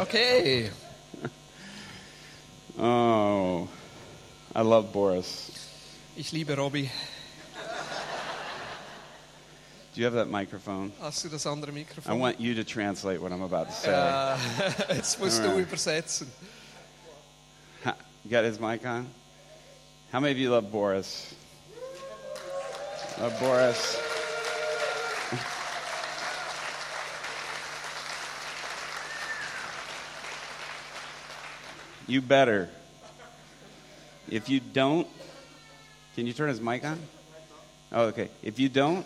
Okay. Oh, I love Boris. Ich liebe Robby. Do you have that microphone? Hast du das andere I Mikrofon? want you to translate what I'm about to say. Ah, jetzt musst du Alright. übersetzen. Ha- You got his mic on? How many of you love Boris? Love Boris. you better. If you don't, can you turn his mic on? Oh, okay. If you don't,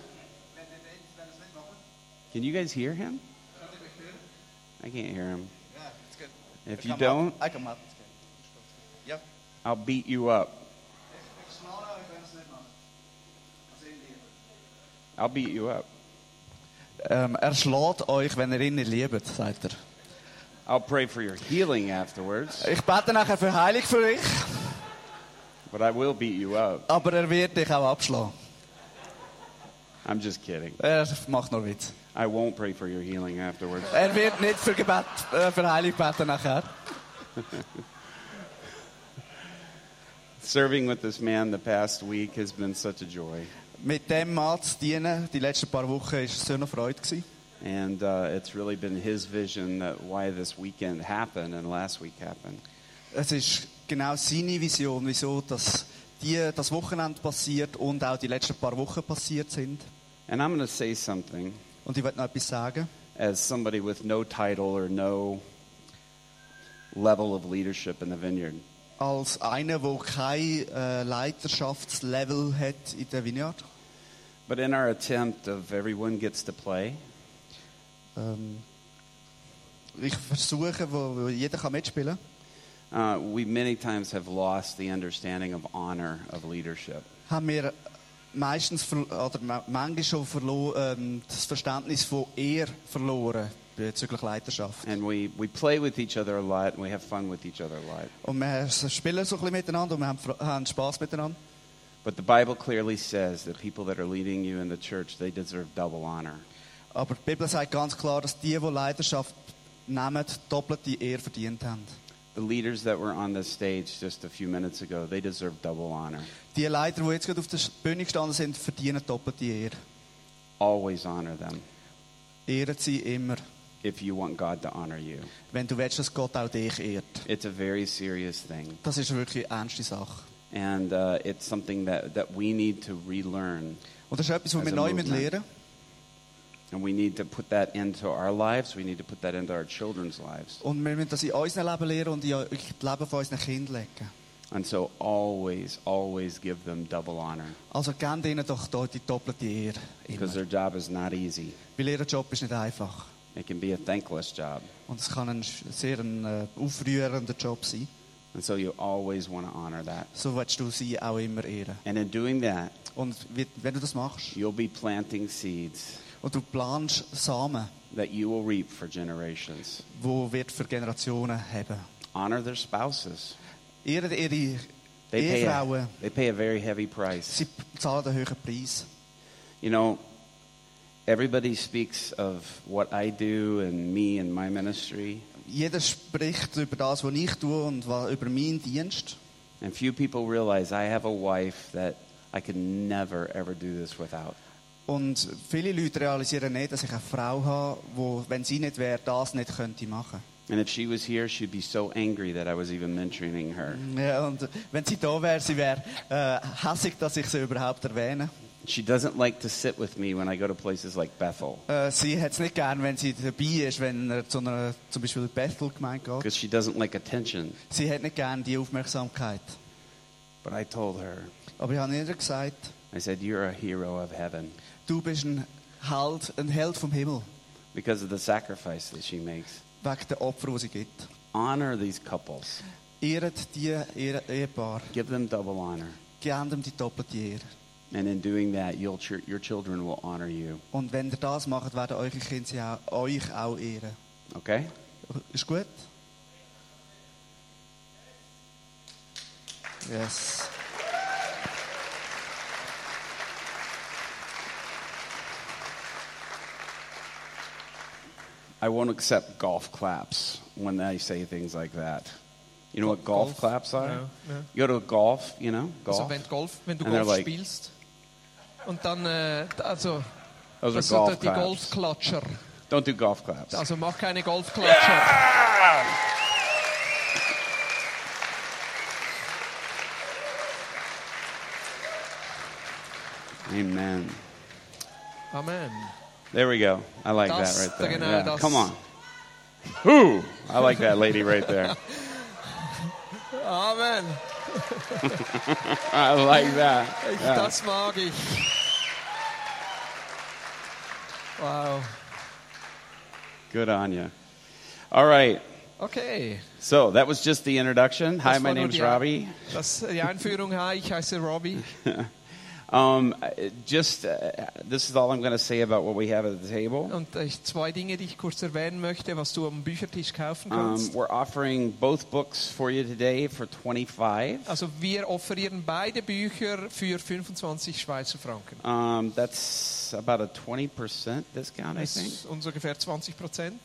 can you guys hear him? I can't hear him. Yeah, it's good. If I you come don't, up. I come up. It's good. Yep. I'll beat you up. I'll beat you up. Ähm, er schlägt euch, wenn ihr ihn nicht liebt, sagt er. I'll pray for your healing afterwards, Ich bete nachher für Heilung für euch, but I will beat you up. aber er wird dich auch abschlagen. I'm just kidding. Er macht nur Witz. I won't pray for your healing afterwards. Er wird nicht für, Gebet, äh, für Heilung beten nachher. Serving with this man the past week has been such a joy, Mit dem Mann zu dienen, die letzten paar Wochen, war es so eine Freude. Gewesen. and uh, it's really been his vision that why this weekend happened and last week happened. Es ist genau seine Vision, wieso dass die, das Wochenende passiert und auch die letzten paar Wochen passiert sind. And I'm going to say something Und ich wollte noch etwas sagen. as somebody with no title or no level of leadership in the vineyard. Als einer, der kein äh, Leiterschaftslevel hat in der Vineyard. But in our attempt of everyone gets to play, Ähm, ich versuche, wo, wo jeder kann mitspielen uh, we many times have lost the understanding of honor of leadership. kann, haben wir meistens ver oder ma- manchmal schon verlo ähm, das Verständnis von Ehr verloren bezüglich Leiterschaft. And we, we play with each other a lot and we have fun with each other a lot. Und wir spielen so ein bisschen miteinander und wir haben, Fre- haben Spaß miteinander. But the Bible clearly says that people that are leading you in the church, they deserve double honor. Aber die Bibel sagt ganz klar, dass die, die Leidenschaft nehmen, doppelte Ehre verdient haben. The leaders that were on this stage just a few minutes ago, they deserve double honor. Die Leiter, die jetzt gerade auf der Bühne gestanden sind, verdienen doppelte Ehre. Always honor them Ehren sie immer, if you want God to honor you. wenn du willst, dass Gott auch dich ehrt. It's a very serious thing. Das ist wirklich eine ernste Sache. And uh, it's something that, that we need to relearn. Und das ist etwas, was Also wir neu mit Movement. lernen. And we need to put that into our lives. We need to put that into our children's lives. Und wir müssen das in unserem Leben lernen und in das Leben von unseren Kindern legen. And so always, always give them double honor Also gebt ihnen doch dort die doppelte Ehre. Immer. because their job is not easy. Weil ihr Job ist nicht einfach. It can be a thankless job. Und es kann ein sch- sehr ein, äh, aufrührender Job sein. And so you always want to honor that. So willst du sie auch immer ehren. And in doing that, Und wie- wenn du das machst you'll be planting seeds und du planst Samen, that you will reap for generations. wo wird für Generationen haben. Honor their spouses. Ihre, ihre They pay, a, Ehefrauen, they pay a very heavy price. sie zahlen einen höheren Preis. You know, everybody speaks of what I do and me and my ministry. Jeder spricht über das, was ich tue und wa- über meinen Dienst. And few people realize I have a wife that I could never, ever do this without. Und viele Leute realisieren nicht, dass ich eine Frau habe, die, wenn sie nicht wäre, das nicht könnte machen. And if she was here, she'd be so angry that I was even mentioning her. Ja, und wenn sie da wäre, sie wäre äh, hässig, dass ich sie überhaupt erwähne. She doesn't like to sit with me when I go to places like Bethel Äh, sie hat es nicht gern, wenn sie dabei ist, wenn er zu einer zum Beispiel Bethel-Gemeinde geht. because she doesn't like attention. Sie hat nicht gern die Aufmerksamkeit. But I told her, Aber ich habe ihr gesagt, I said, You're a hero of heaven du bist ein Held, ein Held vom Himmel, because of the sacrifice that she makes. wegen der Opfer, die sie gibt. Honor these couples, Ehret die Ehre- Ehepaar, give them double honor. gebt ihm die doppelte Ehre. And in doing that, you'll, ch- your children will honor you. Und wenn ihr das macht, werden eure Kinder sie auch, euch auch ehren. Okay? Ist gut? Yes. I won't accept golf claps when they say things like that. You know what golf, Golf? claps are? No, no. You go to golf, you know, Also golf. wenn, Golf, wenn du And they're Golf like- spielst und dann, äh, also, Those are das sind golf die claps. Golfklatscher. Don't do golf claps. Also mach keine Golfklatscher. Amen. Amen. There we go. I like Das- that right there. genau, Yeah, das- Come on. Ooh, I like that lady right there. Amen. I like that. Ich, Yeah. Das mag ich. Wow. Good on you. All right. Okay. So that was just the introduction. Hi, Das my war nur name's die- Robbie. Das, die Einführung, hi, ich heiße Robbie. Um, I- just uh, this is all I'm going to say about what we have at the table. Und ich, zwei Dinge, die ich kurz erwähnen möchte, was du am Büchertisch kaufen Um, kannst. we're offering both books for you today for 25. also wir offerieren beide Bücher für 25 Schweizer Franken. Um, that's about a 20% discount, I Das think. ist uns ungefähr 20 Prozent.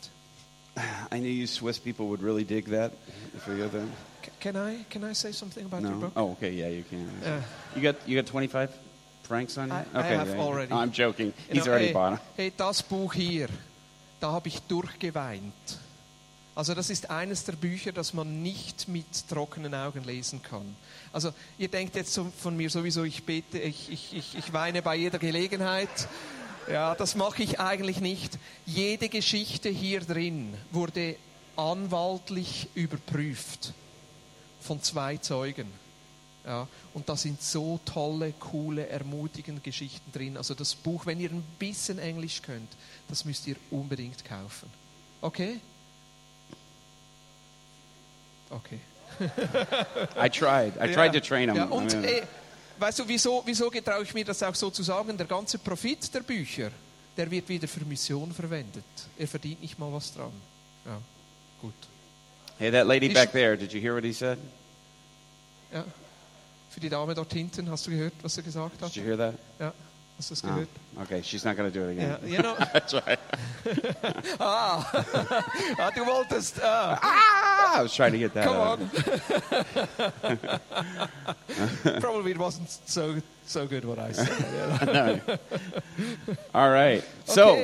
I knew you Swiss people would really dig that if we got that. Can I, can I say something about your No. book? Oh, okay. Yeah, you can. Uh, You got you got 25 francs on you. I- okay. I have yeah. already. I'm joking. You He's know, already Genau, hey, bought 'em. Hey, das Buch hier, da habe ich durchgeweint. Also das ist eines der Bücher, das man nicht mit trockenen Augen lesen kann. Also ihr denkt jetzt so von mir sowieso, ich bete, ich, ich, ich, ich weine bei jeder Gelegenheit. Ja, das mache ich eigentlich nicht. Jede Geschichte hier drin wurde anwaltlich überprüft von zwei Zeugen. Ja, und da sind so tolle, coole, ermutigende Geschichten drin. Also das Buch, wenn ihr ein bisschen Englisch könnt, das müsst ihr unbedingt kaufen. Okay? Okay. I tried. I tried to train him. Ja, I und mean, äh, weißt du, wieso, wieso getraue ich mir das auch so zu sagen? Der ganze Profit der Bücher, der wird wieder für Mission verwendet. Er verdient nicht mal was dran. Ja, gut. hey, that lady you back should- there. Did you hear what he said? Ja. Für die Dame dort hinten, hast du gehört, was er gesagt hat? Did you hear that? Ja, hast du es Oh, gehört? okay. She's not going to do it again. Ja, you know, That's right. ah, du wolltest. Ah, Ah! I was trying to get that. come out. on. Probably it wasn't so so good what I said. All right. Okay. So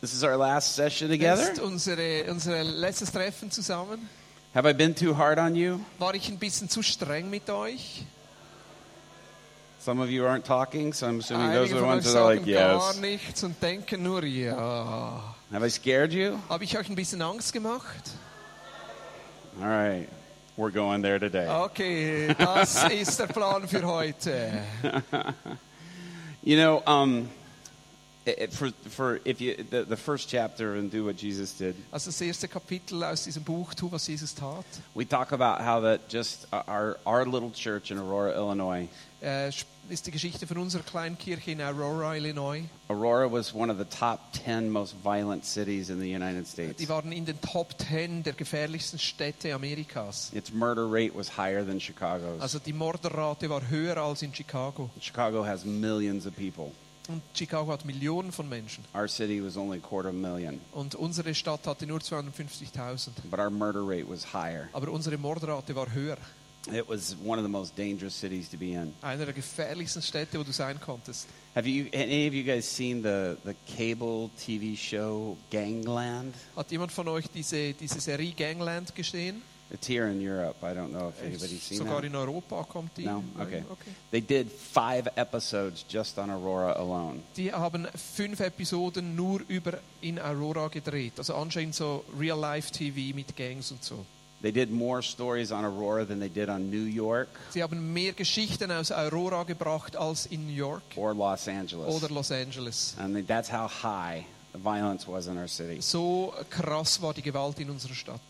this is our last session together. Jetzt unsere, unser letztes Treffen zusammen. Have I been too hard on you? War ich ein bisschen zu streng mit euch? Some of you aren't talking, so I'm assuming those are Einige the von euch ones that are sagen like, gar yes. nichts und denken nur, ja. Have I scared you? Habe ich euch ein bisschen Angst gemacht? All right. We're going there today. Oh. Okay, das ist der Plan für heute. You know, um, it, it- for for if you the, the first chapter and do what Jesus did, Also das erste Kapitel aus diesem Buch, Tu, was Jesus tat. we talk about how that just uh, our our little church in Aurora, Illinois. äh, ist die Geschichte von unserer kleinen Kirche in Aurora, Illinois. Aurora was one of the top ten most violent cities in the United States. Die waren in den Top 10 der gefährlichsten Städte Amerikas. Its murder rate was higher than Chicago's. Also die Morderrate war höher als in Chicago. Chicago has millions of people. Und Chicago hat Millionen von Menschen. Our city was only a quarter million, Und unsere Stadt hatte nur 250.000. but our murder rate was higher. Aber unsere Mordrate war höher. It was one of the most dangerous cities to be in. Einer der gefährlichsten Städte, wo du sein konntest. Have you any of you guys seen the the cable TV show Gangland? Hat jemand von euch diese, diese Serie Gangland gesehen? It's here in Europe. I don't know if anybody's seen Sogar that. in Europa kommt die. No? Okay. Nein? okay. They did five episodes just on Aurora alone. Die haben fünf Episoden nur über in Aurora gedreht. Also anscheinend so Real-Life-TV mit Gangs und so. They did more stories on Aurora than they did on New York Sie haben mehr Geschichten aus Aurora gebracht als in New York or Los Angeles. oder Los Angeles. I mean, that's how high the violence was in our city. So krass war die Gewalt in unserer Stadt.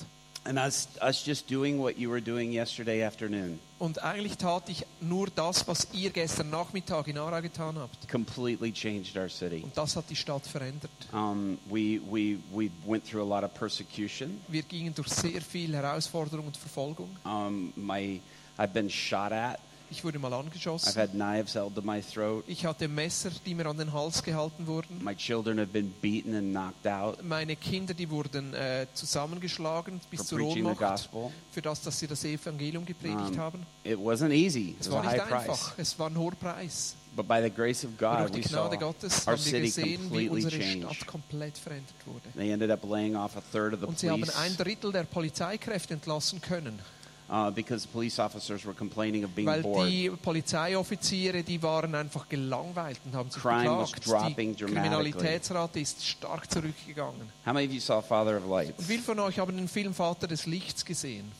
And us, us just doing what you were doing yesterday afternoon, Und eigentlich tat ich nur das, was ihr gestern Nachmittag in Aarau getan habt. completely changed our city. Und das hat die Stadt verändert. Um, we, we, we went through a lot of persecution. Wir gingen durch sehr viel Herausforderung und Verfolgung. Um, my, I've been shot at. Ich wurde mal I've angeschossen. had knives held to my throat. Ich hatte Messer, die mir an den Hals gehalten wurden. My children have been beaten and knocked out Meine Kinder, die wurden äh, zusammengeschlagen bis for zur preaching the Ohnmacht, gospel. für das, dass sie das Evangelium gepredigt Um, haben. It wasn't easy. It was Es a war high nicht price. einfach, es war ein hoher Preis. But by the grace of Und God, durch die we saw Gnade Gottes our haben wir city gesehen, wie completely unsere changed. Stadt komplett verändert wurde. They ended up laying off a third of the Und sie haben ein police Drittel der Polizeikräfte entlassen können, uh, because police officers were complaining of being weil bored. die Polizeioffiziere, die waren einfach gelangweilt und haben sich Crime was beklagt. Die dropping dramatically. Kriminalitätsrate ist stark zurückgegangen. How many of you saw Father of Lights? Und viele von euch haben den Film Vater des Lichts gesehen.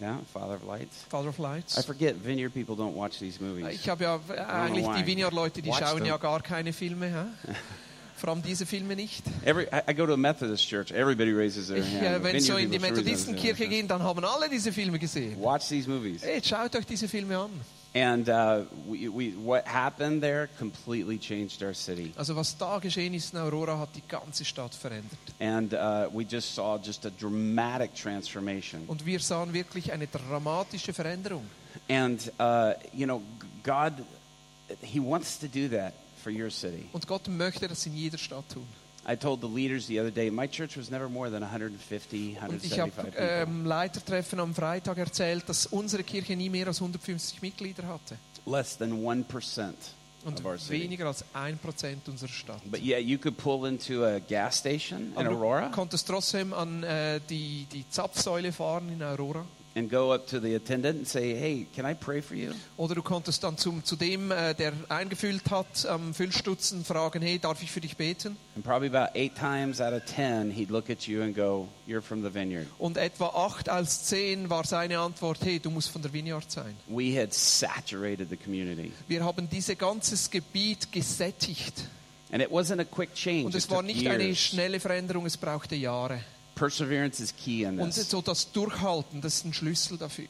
Yeah, Father of Lights. Father of I Lights. forget Vineyard people don't watch these movies. Ich habe ja äh, eigentlich why. die Vineyard-Leute, die Watch schauen them. ja gar keine Filme. Hä? Vor allem diese Filme nicht. Every I, I go to a Methodist church. Everybody raises their Ich, äh, hand. wenn Vineyard Sie so in die people sure doesn't do Methodistenkirche that. gehen, dann haben alle diese Filme gesehen. Watch these movies. Hey, schaut euch diese Filme an. And uh, we, we, what happened there completely changed our city. Also was da geschehen ist in Aurora, hat die ganze Stadt verändert. And uh, we just saw just a dramatic transformation. Und wir sahen wirklich eine dramatische Veränderung. And, uh, you know, God, He wants to do that for your city. Und Gott möchte das in jeder Stadt tun. I told the leaders the other day, my church was never more than 150, Und ich habe 175 people. ähm, Leitertreffen am Freitag erzählt, dass unsere Kirche nie mehr als 150 Mitglieder hatte. Less than 1% Und of our city. weniger als 1% unserer Stadt. But yeah, you could pull into a gas station in Aber du Aurora konntest trotzdem an äh, die, die Zapfsäule fahren in Aurora. and go up to the attendant and say, hey, can I pray for you? Oder du konntest dann zum, zu dem, äh, der eingefüllt hat, am Füllstutzen fragen, hey, darf ich für dich beten? And probably about eight times out of ten, he'd look at you and go, You're from the vineyard. Und etwa 8 als 10 war seine Antwort, hey, du musst von der Vineyard sein. We had saturated the community. Wir haben dieses ganzes Gebiet gesättigt. And it wasn't a quick change. Und It es war took nicht eine years. schnelle Veränderung, es brauchte Jahre. Perseverance is key in Und this. so das Durchhalten, das ist ein Schlüssel dafür.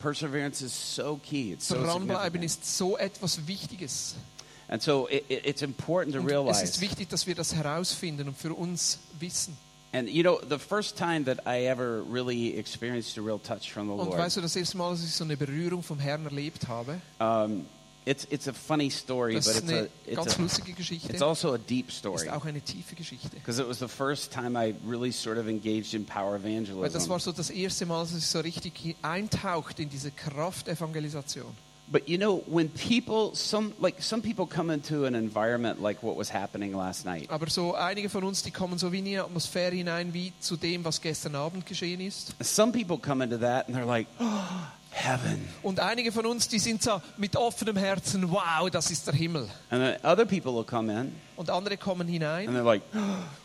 Perseverance is so key. It's so Dranbleiben significant. ist so etwas Wichtiges. And so it, it, it's important to Und es realize. ist wichtig, dass wir das herausfinden und für uns wissen. And you know, the first time that I ever really experienced a real touch from the Und Lord, weißt du, das erste Mal, dass ich so eine Berührung vom Herrn erlebt habe, um, it's, it's a funny story, das but ist it's, a, eine it's, ganz a, lustige Geschichte, it's also a deep ist story. auch eine tiefe Geschichte. Because it was the first time I really sort of engaged in power Weil das war evangelism. so das erste Mal, dass ich so richtig eintaucht in diese Kraft Evangelisation. But you know, when people, some like some people come into an environment like what was happening last night, Aber so einige von uns, die kommen so wie in eine Atmosphäre hinein, wie zu dem, was gestern Abend geschehen ist. some people come into that and they're like, oh, heaven. Und einige von uns, die sind so mit offenem Herzen, wow, das ist der Himmel. And then other people will come in Und andere kommen hinein and they're like, "Oh,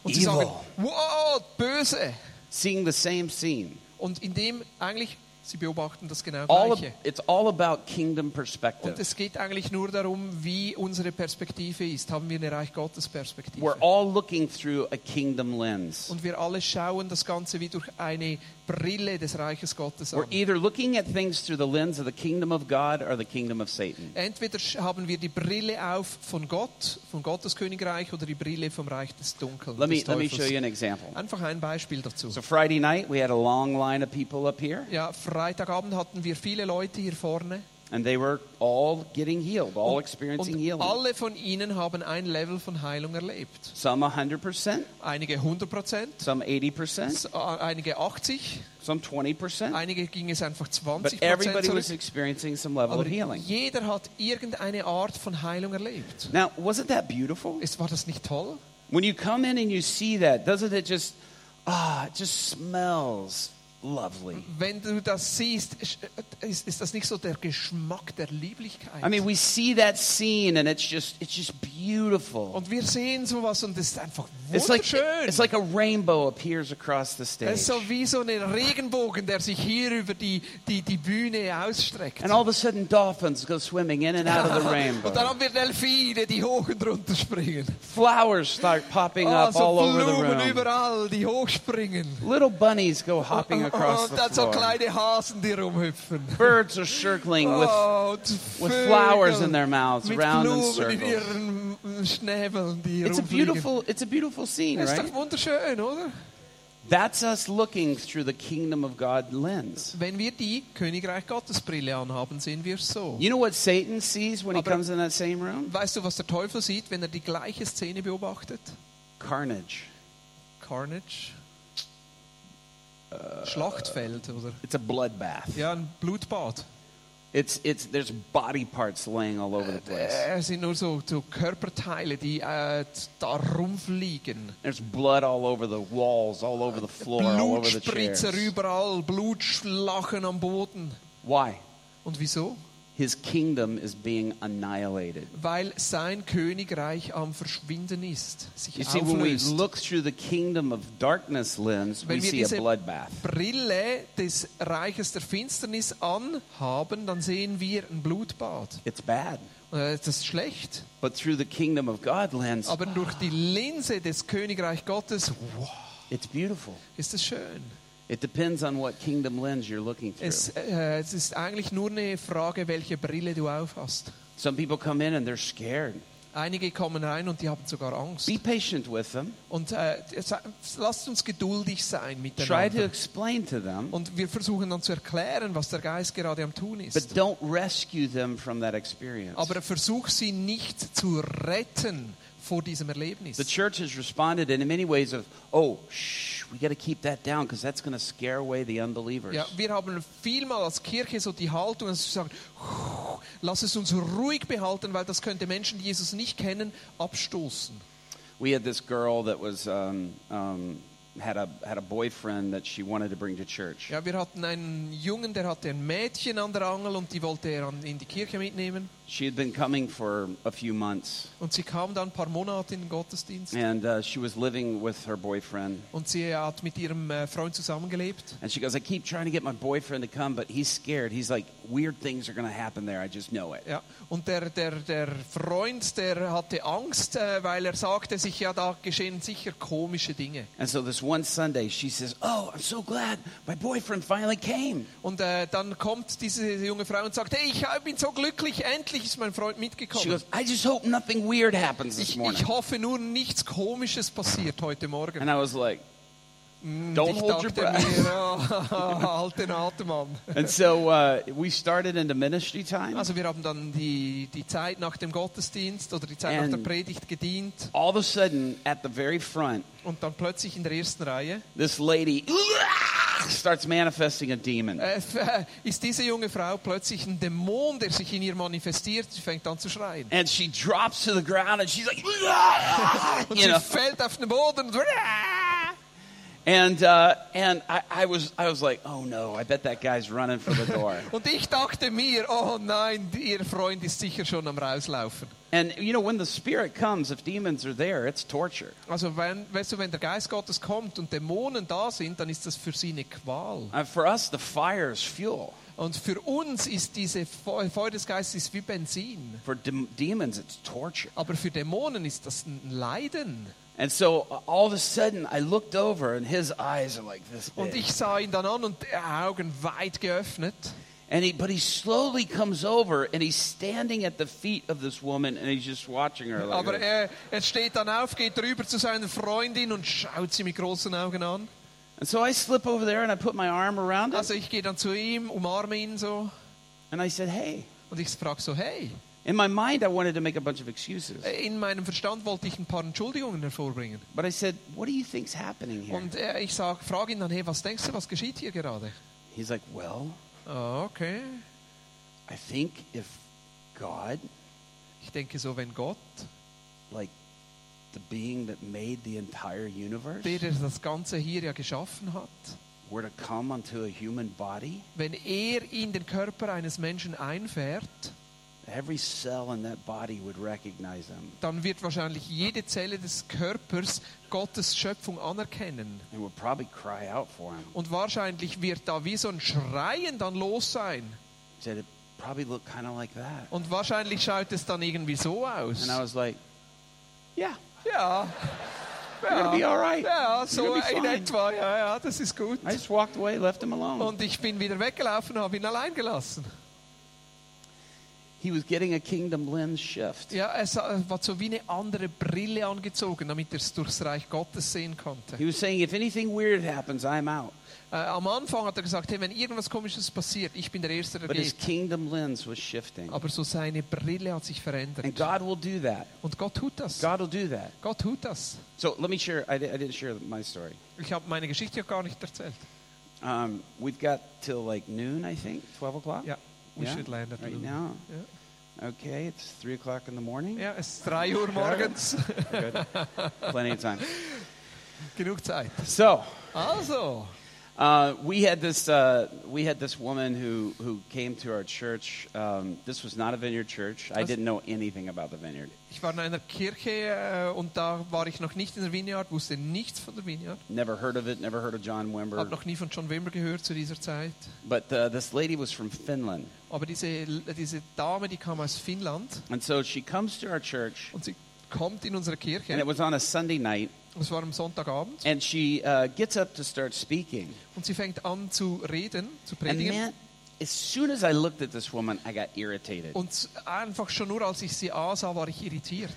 und sie sagen, evil. wow, böse. Seeing the same scene. Und indem eigentlich, sie beobachten das genau All of, gleiche. it's all about kingdom Und perspective. es geht eigentlich nur darum, wie unsere Perspektive ist. Haben wir eine Reich Gottes Perspektive? We're all looking through a kingdom lens. Und wir alle schauen das Ganze wie durch eine Brille des Reiches Gottes We're an. either looking at things through the lens of the kingdom of God or the kingdom of Satan. Entweder sch- haben wir die Brille auf von Gott, von Gottes Königreich oder die Brille vom Reich des Dunkeln. Let me des let me Teufels. show you an example. Einfach ein Beispiel dazu. So Friday night we had a long line of people up here, Ja, Freitagabend hatten wir viele Leute hier vorne. and they were all getting healed, all experiencing Und healing. alle von ihnen haben ein Level von Heilung erlebt. some 100 percent, Einige 100 Prozent, some 80 percent, äh, einige 80, some 20 percent, einige ging es einfach 20 but everybody was Prozent. experiencing some level Aber of healing. jeder hat irgendeine Art von Heilung erlebt. Now, wasn't that beautiful? Ist, war das nicht toll? When you come in and you see that, doesn't it just ah, it just smells lovely? Wenn du das siehst, ist, ist das nicht so der Geschmack der Lieblichkeit? I mean, we see that scene and it's just it's just beautiful. und wir sehen sowas und es ist einfach It's like wunderschön. it's like a rainbow appears across the es ist stage. so wie so ein Regenbogen, der sich hier über die, die, die Bühne ausstreckt. And all of a sudden, dolphins go swimming in and out of the und dann rainbow. haben wir Delfine, die hoch und runter springen. Flowers start popping Ah, up so all over the Blumen room. überall, die hochspringen. Little bunnies go Oh, hopping across Und the dann so floor. kleine Hasen, die rumhüpfen. Birds are circling with Oh, und with Vögel flowers in their mouths, mit round in Blumen in circles. ihren mm, Schnäbeln, die it's a rumfliegen. beautiful it's a beautiful scene, Das ist right? doch wunderschön, oder? That's us looking through the kingdom of God lens. Wenn wir die Königreich Gottes Brille anhaben, sehen wir es so. You know what Satan sees when he Aber- comes in that same room? Weißt du, was der Teufel sieht, wenn er die gleiche Szene beobachtet? Carnage. Carnage. Äh, Schlachtfeld, oder? It's a bloodbath. Ja, ein Blutbad. It's it's there's body parts laying all over the place. Äh, Es sind nur so, so Körperteile, die äh, da rumfliegen. There's blood all over the walls, all over the floor, all over the chairs. Blutspritzer überall, Blutschlachen am Boden. Why? Und wieso? His kingdom is being annihilated. Weil sein Königreich am Verschwinden ist, You sich see, when we auflöst. look through the kingdom of darkness lens, we Wenn wir see a diese bloodbath. Brille des Reiches der Finsternis anhaben, dann sehen wir ein Blutbad. It's bad. Äh, Das ist schlecht. But through the kingdom of God lens, Aber durch die Linse des Königreich Gottes wow, it's beautiful. ist es schön. It depends on what kingdom lens you're looking through. Es, äh, es ist eigentlich nur eine Frage, welche Brille du aufhast. Some people come in and they're scared. Einige kommen rein und die haben sogar Angst. Be patient with them. Und äh, sa- lasst uns geduldig Try sein to miteinander. explain to them, Und wir versuchen dann zu erklären, was der Geist gerade am Tun but ist. don't rescue them from that experience. Aber versuch sie nicht zu retten vor diesem The Erlebnis. church has responded in many ways of, oh, shh, we got to keep that down because that's going to scare away the unbelievers. Ja, wir haben vielmal als Kirche so die Haltung, dass wir sagen, lass es uns ruhig behalten, weil das könnte Menschen, die Jesus nicht kennen, abstoßen. We had this girl that was um, um, had a had a boyfriend that she wanted to bring to church, Ja, wir hatten einen Jungen, der hatte ein Mädchen an der Angel und die wollte er an, in die Kirche mitnehmen. She had been coming for a few months, Und sie kam dann ein paar Monate in den Gottesdienst and uh, she was living with her boyfriend. und sie hat mit ihrem äh, Freund zusammengelebt. And she goes, I keep trying to get my boyfriend to come, but he's scared. He's like, weird things are going to happen there. I just know it. Ja. Und der, der, der Freund, der hatte Angst, äh, weil er sagte sich, ja, da geschehen sicher komische Dinge. And so this one Sunday, she says, Oh, I'm so glad my boyfriend finally came. Und äh, dann kommt diese junge Frau und sagt, hey, ich äh, bin so glücklich, endlich ist mein Freund She mitgekommen. goes, I just hope nothing weird happens this Ich, morning. ich hoffe nur, nichts Komisches passiert heute Morgen. And I was like, Don't ich hold your dachte breath. mir, ja, halt den Atem an. And so uh, we started into ministry time. Also wir haben dann die, die Zeit nach dem Gottesdienst oder die Zeit nach And- der Predigt gedient All of a sudden, at the very front, und dann plötzlich in der ersten Reihe this lady starts manifesting a demon. äh, f- äh, ist diese junge Frau plötzlich ein Dämon, der sich in ihr manifestiert. Sie fängt an zu schreien. And she drops to the ground and she's like, Und you sie know. fällt auf den Boden. und- And, uh, and I, I, was, I was like, oh no, I bet that guy's running for the door. Und ich dachte mir, oh nein, ihr Freund ist sicher schon am Rauslaufen. and you know, when the spirit comes, if demons are there, it's torture. Also wenn, weißt du, wenn der Geist Gottes kommt und Dämonen da sind, dann ist das für sie eine Qual. Uh, for us, the fire is fuel. Und für uns ist diese Fe- Feuer des Geistes ist wie Benzin. For dem demons, it's torture. Aber für Dämonen ist das ein Leiden. And so uh, all of a sudden, I looked over and his eyes are like this Und big. ich sah ihn dann an und die Augen weit geöffnet. And he, but he slowly comes over and he's standing at the feet of this woman and he's just watching her. Like, Aber er, er steht dann auf, geht rüber zu seiner Freundin und schaut sie mit großen Augen an. and so I slip over there and I put my arm around him Also ich gehe dann zu ihm, umarme ihn so and I said, "Hey." und ich frage so, hey, In my mind, I wanted to make a bunch of excuses, in meinem Verstand wollte ich ein paar Entschuldigungen hervorbringen. but I said, "What do you think's happening here?" Und äh, ich sag, frage ihn dann, hey, was denkst du, was geschieht hier gerade? He's like, "Well, Ah, okay. I think if God, Ich denke so, wenn Gott, like the being that made the entire universe, der der das Ganze hier ja geschaffen hat, were to come onto a human body, wenn er in den Körper eines Menschen einfährt, every cell in that body would recognize him dann wird wahrscheinlich jede Zelle des Körpers Gottes Schöpfung anerkennen. and would probably cry out for him." Und wahrscheinlich wird da wie so ein Schreien dann los sein. He said it probably looked kind of like that. Und wahrscheinlich schaut es dann irgendwie so aus. And I was like, yeah, Ja, you're going to be all right. ja, you're so gonna be in fine." etwa. Ja, ja, das ist gut. I just walked away, left him alone. Und ich bin wieder weggelaufen und habe ihn allein gelassen. He was getting a kingdom lens shift. Ja, er sa- er hat so wie eine andere Brille angezogen, damit er es durchs Reich Gottes sehen konnte. He was saying, if anything weird happens, I'm out. Äh, am Anfang hat er gesagt, hey, wenn irgendwas Komisches passiert, ich bin der Erste, der But his geht. kingdom lens was shifting. Aber so seine Brille hat sich And verändert. God will do that. Und Gott tut das. God will do that. Gott tut das. So let me share. I, di- I didn't share my story. Ich habe meine Geschichte ja gar nicht erzählt. Um, we've got till like noon, I think, 12 o'clock. Ja, we Yeah, should land at right noon. now. Ja. Okay, it's 3 o'clock in the morning. Ja, es ist 3 Uhr morgens. Good. Plenty of time. Genug Zeit. So Also, uh, we had this uh, we had this woman who, who came to our church. Um, this was not a vineyard church. I That's- didn't know anything about the vineyard. ich war in einer Kirche äh, und da war ich noch nicht in der Vineyard, wusste nichts von der Vineyard. Never heard of it. Never heard of John Habe Wimber. noch nie von John Wimber gehört zu dieser Zeit. But uh, this lady was from Finland, Aber diese, diese Dame, die kam aus Finnland and so she comes to our church. und sie kommt in unsere And Kirche. it was on a Sunday night, Es war am Sonntagabend and she uh, gets up to start speaking. und sie fängt an zu reden, zu And predigen. man, as soon as I looked at this woman, I got irritated. Und einfach schon nur, als ich sie ansah, war ich irritiert.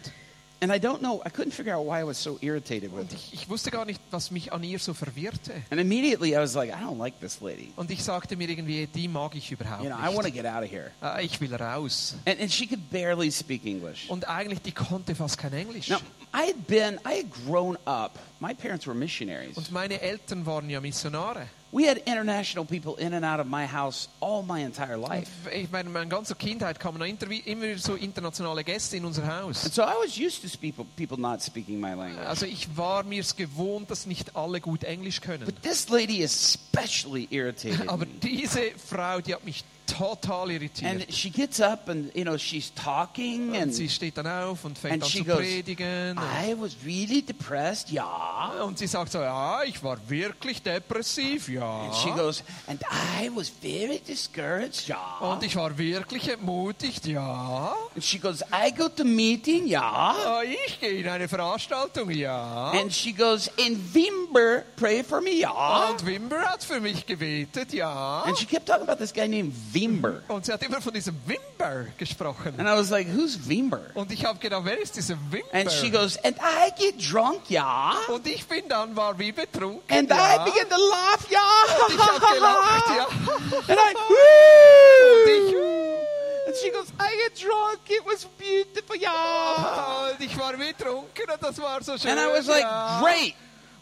And I don't know, I couldn't figure out why I was so irritated with Und her. ich, ich wusste gar nicht, was mich an ihr so verwirrte. And immediately I was like, I don't like this lady. Und ich sagte mir irgendwie, die mag ich überhaupt You know, I want nicht. to get out of here. Äh, ich will raus. And, and she could barely speak English. Und eigentlich, die konnte fast kein Englisch. Now, I had been, I had grown up, my parents were missionaries. Und meine Eltern waren ja Missionare. We had international people in and out of my house all my entire Und life. ich meine, meine ganze Kindheit kamen noch intervi- immer so internationale Gäste in unser Haus. And so I was used to speak, people not speaking my language. Also ich war mir es gewohnt, dass nicht alle gut Englisch können. But this lady especially irritated Aber me. diese Frau, die hat mich total irritiert. And she gets up and, you know, she's talking Und sie and steht dann auf und fängt and an she zu goes, predigen. I was really depressed, yeah. Und sie sagt so, ja, ich war wirklich depressiv, ja. And she goes, and I was very discouraged, yeah. Und ich war wirklich entmutigt, ja. And she goes, I go to meeting, yeah. Ah, Ich gehe in eine Veranstaltung, ja. And she goes, and Wimber, pray for me, yeah. Und Wimber hat für mich gebetet, ja. And she kept talking about this guy named Wimber. Und sie hat immer von diesem Wimber gesprochen. And I was like, who's Wimber? Und ich habe gedacht, wer ist dieser Wimber? And she goes, and I get drunk, yeah. Und ich bin dann, war wie betrunken, And I ja. began to laugh, Ich habe gelacht, yeah. ja. And I, Und woo! ich, And she goes, I get drunk. It was beautiful. Yeah. ah, und ich war betrunken und das war so schön, And I was like, ja. great.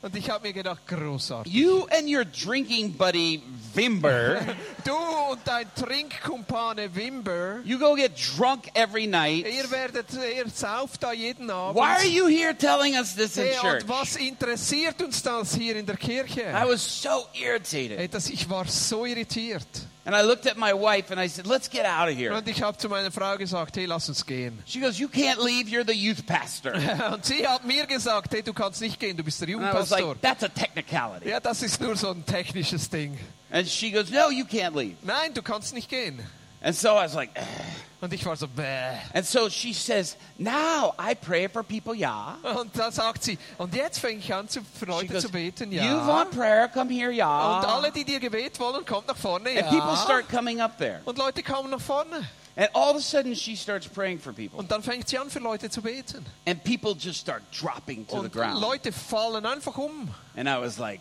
Und ich habe mir gedacht, großartig. You and your drinking buddy, Vimber, Du und dein Trinkkumpane Wimber, you go get drunk every night. ihr werdet, ihr sauft da jeden Abend. Why are you here telling us this in Hey, church? und was interessiert uns das hier in der I Kirche? was so Hey, irritated. das, ich war so irritiert. And I looked at my wife and I said, let's get out of here. Und ich habe zu meiner Frau gesagt, hey, lass uns gehen. She goes, you can't leave. You're the youth pastor. And Und sie hat mir gesagt, hey, du kannst nicht gehen, du bist der I was Jugendpastor. like, that's a technicality. Ja, das ist nur so ein technisches Ding. And she goes, no, you can't leave. Nein, du kannst nicht gehen. And so I was like, "Ugh." Und ich war so, bäh. and so she says, now I pray for people, yeah. Und dann sagt sie, und jetzt fange ich an, zu, für She Leute goes, zu beten, You ja. want prayer? Come here, y'all. Und alle, die dir Gebet wollen, kommt nach vorne, and people ja. start coming up there. Und Leute kommen nach vorne. And all of a sudden, she starts praying for people. Und dann fängt sie an, für Leute zu beten. And people just start dropping to the Und ground. Leute fallen einfach um. and I was like,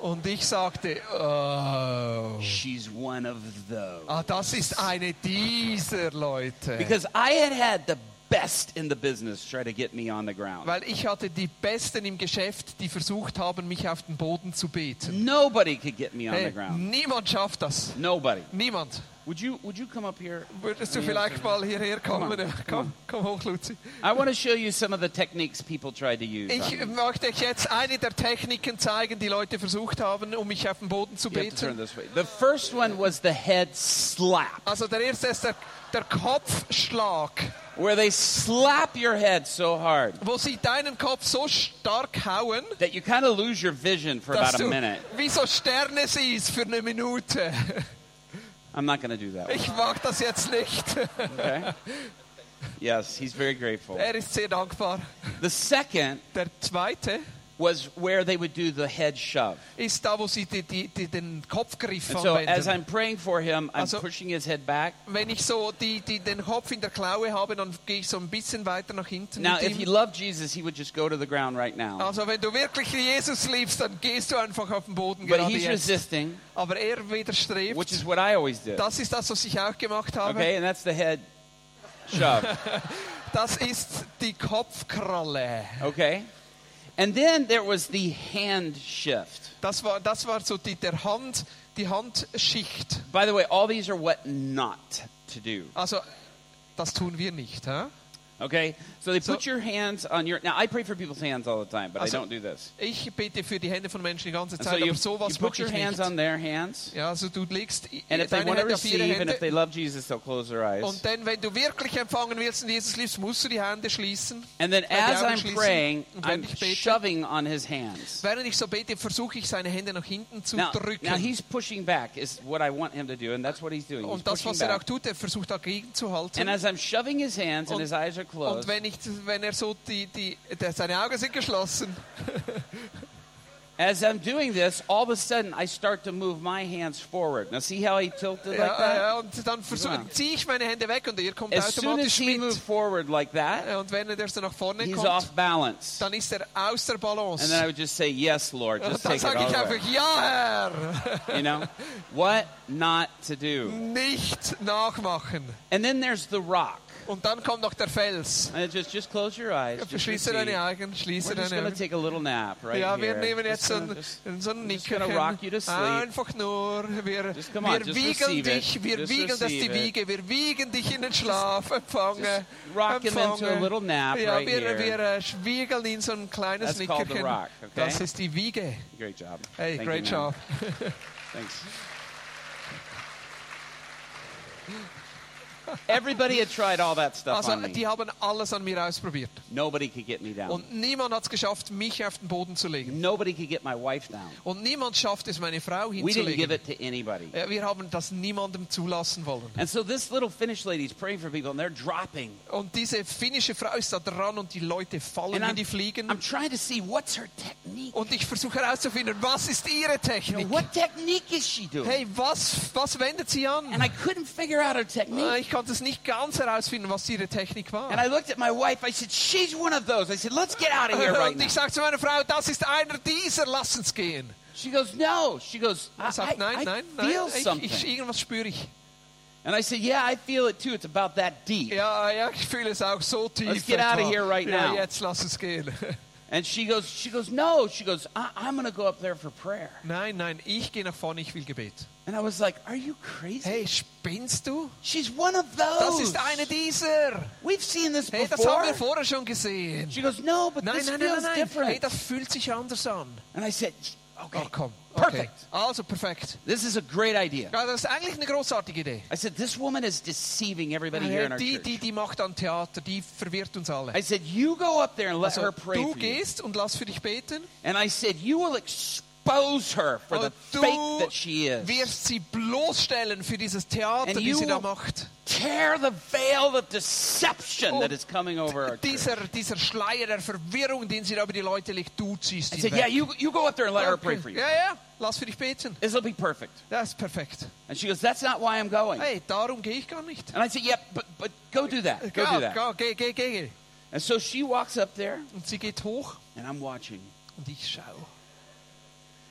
Und ich sagte, oh, she's one of those. ah, das ist eine dieser Leute. Because I had had the best in the business try to get me on the ground. Weil ich hatte die Besten im Geschäft, die versucht haben, mich auf den Boden zu beten. Nobody could get me on the Hey, ground. niemand schafft das. Nobody. Niemand. Would you, would you come up here? Würdest du vielleicht mal hierher kommen? Come on, Komm, komm hoch, Luzi. I want to show you some of the techniques people tried to use. on me. Ich möchte euch jetzt eine der Techniken zeigen, die Leute versucht haben, um mich auf den Boden zu you have to turn beten. this way. The first one was the head slap. Also der erste ist der, der Kopfschlag, where they slap your head so hard wo sie deinen Kopf so stark hauen, that you kind of lose your vision for dass about a du minute. wie so Sterne siehst für eine Minute. I'm not going to do that. One, Ich mag das jetzt nicht. okay? yes, he's very grateful. Er ist sehr dankbar. The second Der zweite was where they would do the head shove. ist da, wo sie die, die, die, den Kopfgriff And so as I'm verwenden. praying for him, I'm Also- pushing his head back. Wenn ich so die, die, den Kopf in der Klaue habe, dann gehe ich so ein bisschen weiter nach hinten. Now, mit if he ihm. loved Jesus, he would just go to the ground right now. Also wenn du wirklich Jesus liebst, dann gehst du einfach auf den Boden But gerade he's jetzt. resisting, Aber er widerstrebt. which is what I always did. Das ist das, was ich auch gemacht habe. Okay, and that's the head shove. Das ist die Kopfkralle. Okay? And then there was the hand shift. Das war, das war so die, der Hand, die Handschicht. By the way, all these are what not to do. Also, das tun wir nicht. Hä? Okay? So they So- put your hands on your. Now, I pray for people's hands all the time, but I Also- don't do this. Ich bete für die Hände von Menschen die ganze And so Zeit, you, you aber sowas put mache your ich hands nicht. on their hands. Ja, also du legst i- And if they deine want to Hände auf ihre receive, and if they Hände. love Jesus, they'll close their eyes. Und dann, wenn du wirklich empfangen willst und Jesus liebst, musst du die Hände schließen. And then Äh, die as Augen I'm schließen. praying, und I'm während ich bete, shoving on his hands. während ich so bete, versuche ich seine Hände nach hinten zu Now, drücken. now he's pushing back is what I want him to do, and that's what he's doing. He's und das, pushing was er auch back. tut, er versucht dagegen zu halten. And as I'm shoving his hands and Und- his eyes are Und closed, wenn, ich, wenn er so die, die, der, seine Augen sind geschlossen, As I'm doing this, all of a sudden I start to move my hands forward. Now see how he tilted like ja, that? ja, und dann versuch- Ja. ziehe ich meine Hände weg und er kommt As soon as automatisch he moved mit. forward like that, Ja, Und wenn er so nach vorne he's kommt, off balance. dann ist er aus der And then I Balance. would just say, Yes, Lord, Und just dann take it sage ich all away. einfach, ja Herr, You know? What not to do. nicht nachmachen. And then there's the rock. Und dann kommt noch der Fels. And it just just close your eyes. Just Schließe receive. deine Augen, schließe We're just deine gonna Augen. take a little nap right Ja, wir here. nehmen Just jetzt so gonna- ein, just- so ein just gonna rock you to Nickerchen. sleep. Einfach nur. Wir, Just come on, wir just wiegeln receive it. dich, wir Just wiegeln das die receive it. Wiege, wir wiegen dich in den Schlaf. Empfange. just rock him into a little nap ja, right wir, here. wir äh, wiegeln in so ein kleines That's called the Nickerchen. rock, okay? Das ist die Wiege. Great job. Hey, Thank great you, man. job. Thanks. Everybody had tried all that stuff Also, on me. Oh. die haben alles an mir ausprobiert. Nobody could get me down. Und niemand hat es geschafft, mich auf den Boden zu legen. Nobody could get my wife down. Und niemand schafft es, meine Frau We didn't give hinzulegen. it to anybody. Ja, Wir haben das niemandem zulassen wollen. And so this little Finnish lady's praying for people, and they're dropping. Und diese finnische Frau ist da dran und die Leute fallen And wie I'm, die Fliegen. I'm trying to see what's her technique. Und ich versuche herauszufinden, was ist ihre You know, Technik? what technique is she doing? Hey, was, was wendet sie an? And I couldn't figure out her Äh, technique. Ich konnte es nicht ganz herausfinden, was ihre Technik war. And I looked at my wife. I said, "She's one of those." I said, "Let's get out of here right Und now." ich sage zu meiner Frau, das ist einer dieser, lass uns gehen. She goes, "No." She goes, "I, Er sagt, I, nein, I nein, feel nein, something." ich, ich, irgendwas spüre ich. And I said, "Yeah, I feel it too. It's about that deep." Ja, ja, ich fühle es auch so tief. Let's get outta etwa. here right ja, now. jetzt lass uns gehen. And she goes, she goes, no. She goes, I- I'm going to go up there for prayer. Nein, nein, ich gehe nach vorne, ich will Gebet. And I was like, are you crazy? Hey, spinnst du? She's one of Das those. ist eine dieser. We've seen this Hey, das haben before. wir vorher schon gesehen. She goes, no, but Nein, this nein, nein, feels nein, nein. different. Hey, das fühlt sich anders an. and I said, okay, Oh, komm. Perfect. Also, perfekt. this is a great idea. Ja, das ist eigentlich eine großartige Idee. I said, this woman is deceiving everybody here in our Die, church. die, die macht an Theater, die verwirrt uns alle. I said, you go up there and let Also, her pray du for you. gehst und lass für dich beten. And I said, you will expose her for the Und du fake that she is. wirst sie bloßstellen für dieses Theater, And die you sie da will- macht. Tear the veil of deception Und that is coming over our church. Dieser, dieser Schleier der Verwirrung, den sie da über die Leute legt, du ziehst I ihn said, yeah, weg. you, you go up there and let her pray for you. Ja, ja, lass für dich beten. This will be perfect. Das ist perfekt. And she goes, That's not why I'm going. Hey, darum gehe ich gar nicht. And I said, Yep, but, but go do that. Go Go, do that. go, Äh, geh, geh, geh, geh. And so she walks up there, Und sie geht hoch and I'm watching. und ich schaue.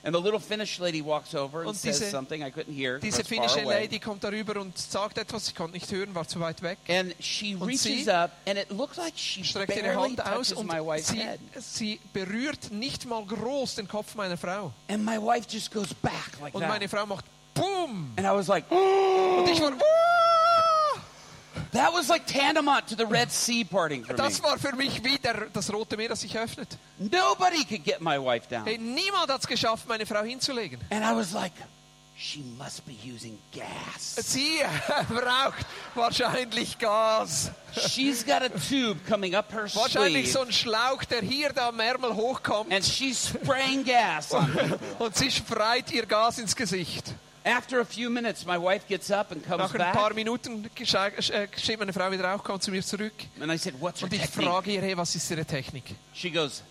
And the little Finnish lady walks over and Und says diese- something I couldn't hear. 'cause Diese it's far finnische away. Lady kommt darüber und sagt etwas, ich konnte nicht hören, war zu weit weg. And she Und reaches sie- up, and it looks like she Streckt ihre barely Hand aus touches und my wife's sie, head. sie berührt nicht mal groß den Kopf meiner Frau. And my wife just goes back like Und meine that. Frau macht BOOM! And I was like, Und ich war "Ah!" That was like tantamount to the Red Sea parting for me. Das war für mich wieder das rote Meer, das sich öffnet. Nobody could get my wife Hey, down. niemand hat es geschafft, meine Frau hinzulegen. And I was like, She must be using gas. Sie braucht wahrscheinlich Gas. She's got a tube coming up her sleeve, Wahrscheinlich so ein Schlauch, der hier da am Ärmel hochkommt. and she's spraying gas on me. Und sie spreit ihr Gas ins Gesicht. After a few minutes, my wife gets up and comes Nach ein paar back, Minuten gesche- äh, steht meine Frau wieder auf, kommt zu mir zurück. and I said, "What's her Und ich technique?" frage ihr, hey, was ist ihre Technik? She goes,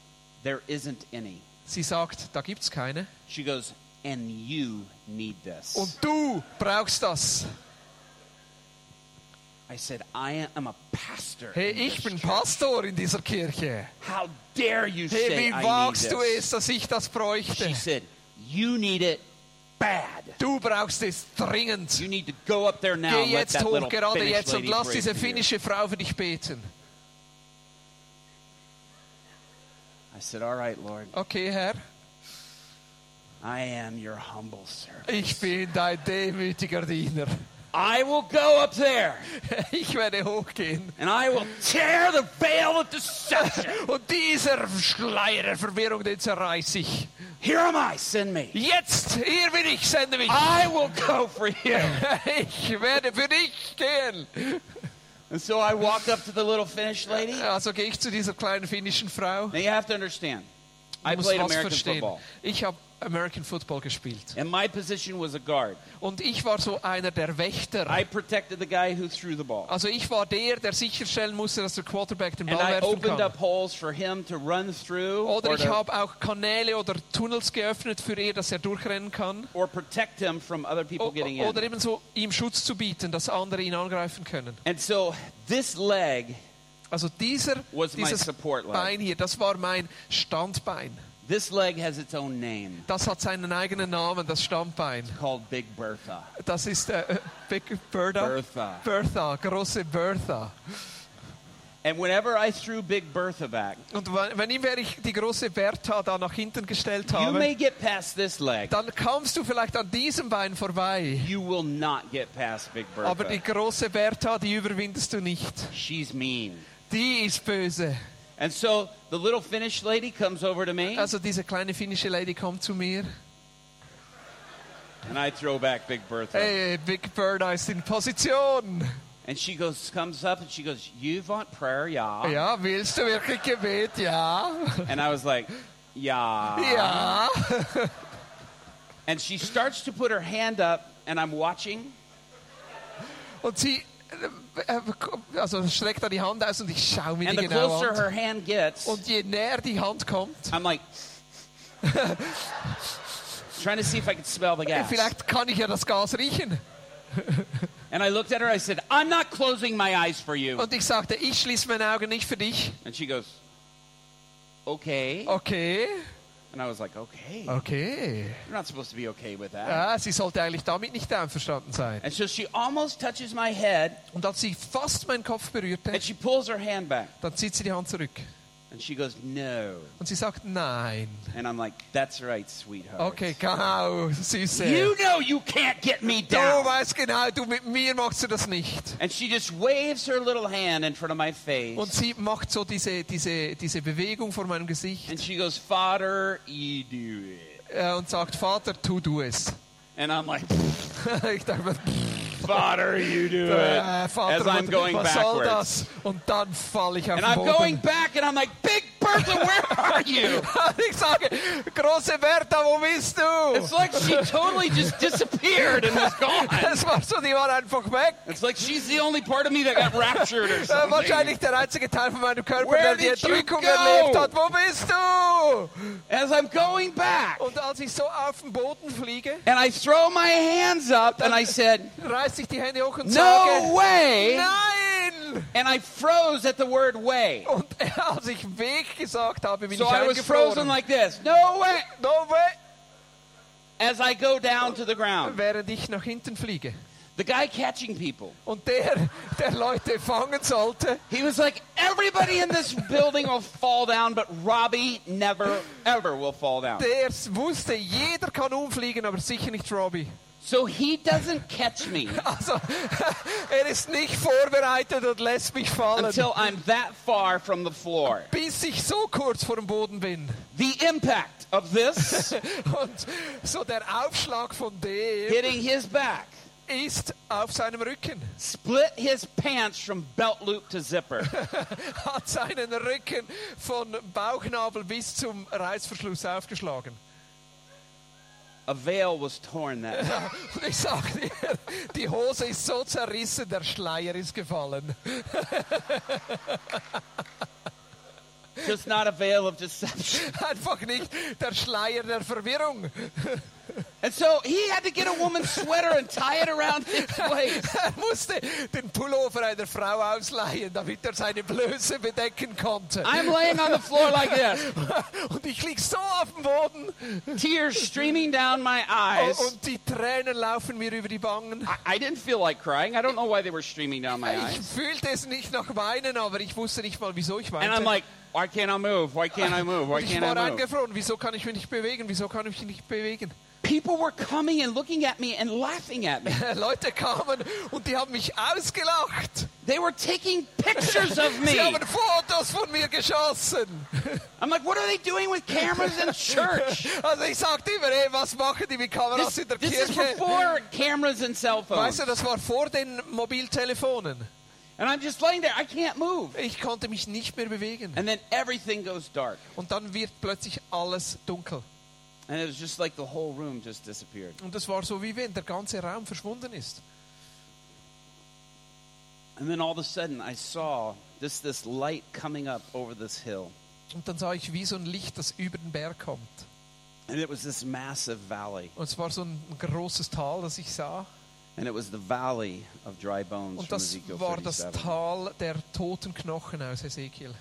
"There isn't any." Sie sagt, da gibt es keine. She goes, and you need this. Und du brauchst das. I said, I am a pastor. Hey, in this ich bin church. Pastor in dieser Kirche. How dare you Hey, say wie I need wagst du this? es, dass ich das bräuchte? She said, you need it bad. Du brauchst es dringend. You need to go up there now Geh and let jetzt that hoch, little gerade Finnish jetzt, und lady lass pray diese for you." finnische Frau für dich beten. I said, all right, Lord, Okay, Herr, I am your humble servant. ich bin dein demütiger Diener. I will go up there Ich werde hochgehen and I will tear the veil of deception. und dieser Schleier der Verwirrung, den zerreiße ich. Here am I, send me. Jetzt, hier bin ich, sende mich. I will go for you. Ich werde für dich gehen. And so I walk up to the little Finnish lady. Also gehe ich zu dieser kleinen finnischen Frau. Now you have to understand, I Du musst played was American verstehen. football, Ich habe American Football gespielt. and my position was a guard. Und ich war so einer der Wächter. I protected the guy who threw the ball, Also ich war der, der sicherstellen musste, dass der Quarterback den Uh, Ball and I werfen opened kann. up holes for him to run through Oder or, ich to, habe auch Kanäle oder Tunnels geöffnet für ihn, dass er durchrennen kann. or protect him from other people O getting oder in. eben so ihm Schutz zu bieten, dass andere ihn angreifen können. And so this leg, Also dieser, Was my dieses support leg. Bein hier, das war mein Standbein. this leg has its own name Das hat seinen eigenen Namen, das Standbein. called Big Bertha. Das ist äh, äh, Big Bertha. Bertha. Bertha, große Bertha. And whenever I threw Big Bertha back, Und wa- wenn ihm wäre ich die große Bertha da nach hinten gestellt you habe, may get past this leg. dann kamst du vielleicht an diesem Bein vorbei. You will not get past Big Aber die Bertha. große Bertha, die überwindest du nicht. She's mean. Die ist böse. And so the little Finnish lady comes over to me, Also diese kleine finnische Lady kommt zu mir. and I throw back Big Bertha. Hey, Big Bertha ist in Position. And she goes, comes up and she goes, "You want prayer, Oh, yeah?" Ja, willst du wirklich Gebet? Ja. And I was like, "Yeah." Ja. Ah. And she starts to put her hand up, and I'm watching. Und sie äh, äh, also streckt da die Hand aus und ich schaue mir And die the genau closer an. her hand gets, Und je näher die Hand kommt, I'm like, trying to see if I could smell the äh, gas. vielleicht kann ich ja das Gas riechen. And I looked at her. I said, "I'm not closing my eyes for you." Und ich sagte, ich schließe meine Augen nicht für dich. And she goes, "Okay." Okay. And I was like, "Okay, Oh. you're Okay. not supposed to be okay with that." Ja, Ah, sie sollte eigentlich damit nicht einverstanden sein. And so she almost touches my head, Und als sie fast meinen Kopf berührte, and she pulls her hand back, dann zieht sie die Hand zurück. and she goes, "No." Und sie sagt, nein. And I'm like, that's right, sweetheart. Okay, genau, Süße. You know you can't get me du down. weißt genau, du mit mir machst du das nicht. And she just waves her little hand in front of my face. Und sie macht so diese, diese, diese Bewegung vor meinem Gesicht and she goes, Father, you do it. äh, und sagt, Vater, tu du es. And I'm like, ich dachte, Father, you do äh, it. Vater, As I'm was, going was soll backwards. das? Und dann falle ich auf And den I'm going Boden. back and I'm like, Big Bertha, where are you? ich sage, große Bertha, wo bist It's du? like she totally just disappeared and was gone. Das war so, die war einfach weg. It's like she's the only part of me that got raptured or Äh, something. wahrscheinlich der einzige Teil von meinem Körper, Where der die did you Entrückung go? erlebt hat. Wo bist du? As I'm going back Und als ich so auf den Boden fliege, and I throw my hands up and I said, reiße ich die Hände hoch und sage, No way! nein! And I froze at the word way. Und als ich Weg gesagt habe, bin So ich I was frozen eingefroren. like this. No way! no way! As I go down to the ground. Während ich nach hinten fliege. The guy catching people, Und der, der Leute fangen sollte, he was like, everybody in this building will fall down, but Robbie never, ever will fall down. der wusste, jeder kann umfliegen, aber sicher nicht Robbie. So he doesn't catch me Also, er ist nicht vorbereitet und lässt mich fallen. until I'm that far from the floor. bis ich so kurz vor dem Boden bin. The impact of this Und so der Aufschlag von dem hitting his back ist auf seinem Rücken. split his pants from belt loop to zipper. Hat seinen Rücken von Bauchnabel bis zum Reißverschluss aufgeschlagen. A veil was torn that day. Und ich sag dir, die Hose ist so zerrissen, der Schleier ist gefallen. Just not a veil of deception. Einfach nicht der Schleier der Verwirrung. And so he had to get a woman's sweater and tie it around his waist. Er musste den Pullover einer Frau ausleihen, damit er seine Blöße bedecken konnte. I'm laying on the floor like this, Und ich lieg so auf dem Boden tears streaming down my eyes. und die Tränen laufen mir über die Wangen. I- I didn't feel like crying. I don't know why they were streaming down my Ich eyes. fühlte es nicht nach Weinen, aber ich wusste nicht mal, wieso ich And weinte. I'm like, why can't I move? Why can't I move? Why Und ich can't war I move? eingefroren. Wieso kann ich mich nicht bewegen? Wieso kann ich mich nicht bewegen? People were coming and looking at me and laughing at me. Leute kamen und die haben mich ausgelacht. They were taking pictures of me. Sie haben Fotos von mir geschossen. I'm like, what are they doing with cameras in church? Also ich sagte immer, ey, was machen die mit Kameras This, in der this is Kirche? before cameras and cell phones. Weißt du, das war vor den Mobiltelefonen. And I'm just laying there. I can't move. Ich konnte mich nicht mehr bewegen. And then everything goes dark. Und dann wird plötzlich alles dunkel. And it was just like the whole room just disappeared. Und das war so, wie wenn der ganze Raum verschwunden ist. And then all of a sudden, I saw just this light coming up over this hill. Und dann sah ich wie so ein Licht, das über den Berg kommt. And it was this massive valley. Und es war so ein großes Tal, das ich sah. And it was the valley of dry bones Und from das Ezekiel war das 37. Tal der toten Knochen aus Ezekiel.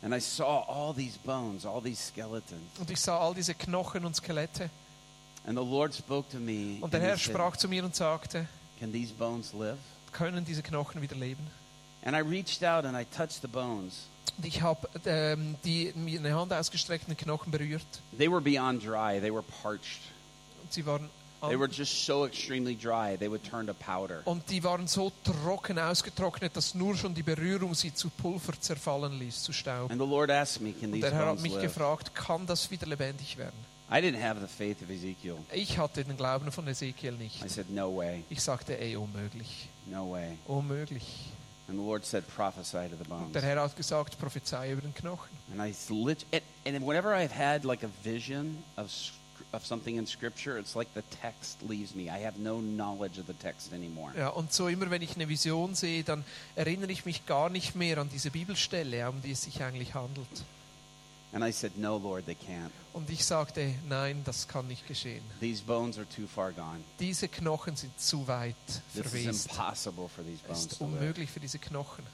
And I saw all these bones, all these skeletons. Und ich sah all diese Knochen und Skelette. And the Lord spoke to me. Und der and Herr he said, sprach zu mir und sagte, Can these bones live? können diese Knochen wieder leben? And I reached out and I touched the bones. Und ich habe ähm, die mir eine Hand ausgestreckten Knochen berührt. They were beyond dry. They were parched. Und sie waren They were an, just so extremely dry. They would turn to powder. und die waren so trocken ausgetrocknet, dass nur schon die Berührung sie zu Pulver zerfallen ließ, zu Staub. And the Lord asked me, Can Und these der Herr hat bones mich live? gefragt, kann das wieder lebendig werden? I didn't have the faith of Ezekiel. Ich hatte den Glauben von Ezekiel nicht. I said, No way. Ich sagte, ey, unmöglich, No way. unmöglich. And the Lord said, Prophesy to the bones. Der Herr hat gesagt, prophezei über den Knochen. And I s- lit, and, and whenever I've had like a vision of sc- of something in Scripture, it's like the text leaves me. I have no knowledge of the text anymore. Ja, und so immer, wenn ich eine Vision sehe, dann erinnere ich mich gar nicht mehr an diese Bibelstelle, um die es sich eigentlich handelt. And I said, No, Lord, they can't. Und ich sagte, nein, das kann nicht geschehen. These bones are too far gone. Diese Knochen sind zu weit This is verwest. impossible for these Es bones ist to live. unmöglich für diese Knochen.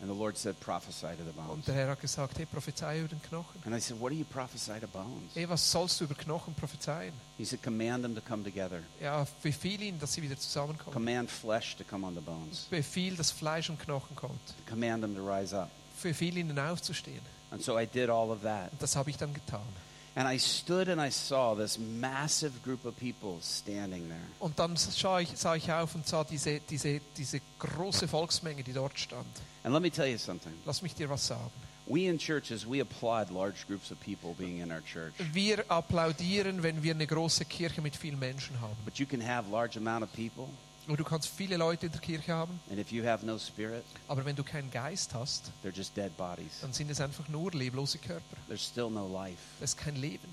And the Lord said, Prophesy to the bones. Und der Herr hat gesagt, hey, prophezei über den Knochen. And I said, What do you prophesy to bones? Hey, was sollst du über Knochen prophezeien? He said, Command them to come together. Ja, befiehl ihnen, dass sie wieder zusammenkommen. Command flesh to come on the bones. Befiehl, dass Fleisch und Knochen kommt. Command them to rise up. Befiehl ihnen aufzustehen. And so I did all of that. Und das habe ich dann getan. And I stood and I saw this massive group of people standing there. Und dann sah ich, sah ich auf und sah diese, diese, diese große Volksmenge, die dort stand. And let me tell you something. Lass mich dir was sagen. We in churches, we applaud large groups of people being in our church. Wir applaudieren, wenn wir eine große Kirche mit vielen Menschen haben. But you can have large amount of people, Und du kannst viele Leute in der Kirche haben, and if you have no spirit, aber wenn du keinen Geist hast, they're just dead bodies. dann sind es einfach nur leblose Körper. There's still no life. Das ist kein Leben.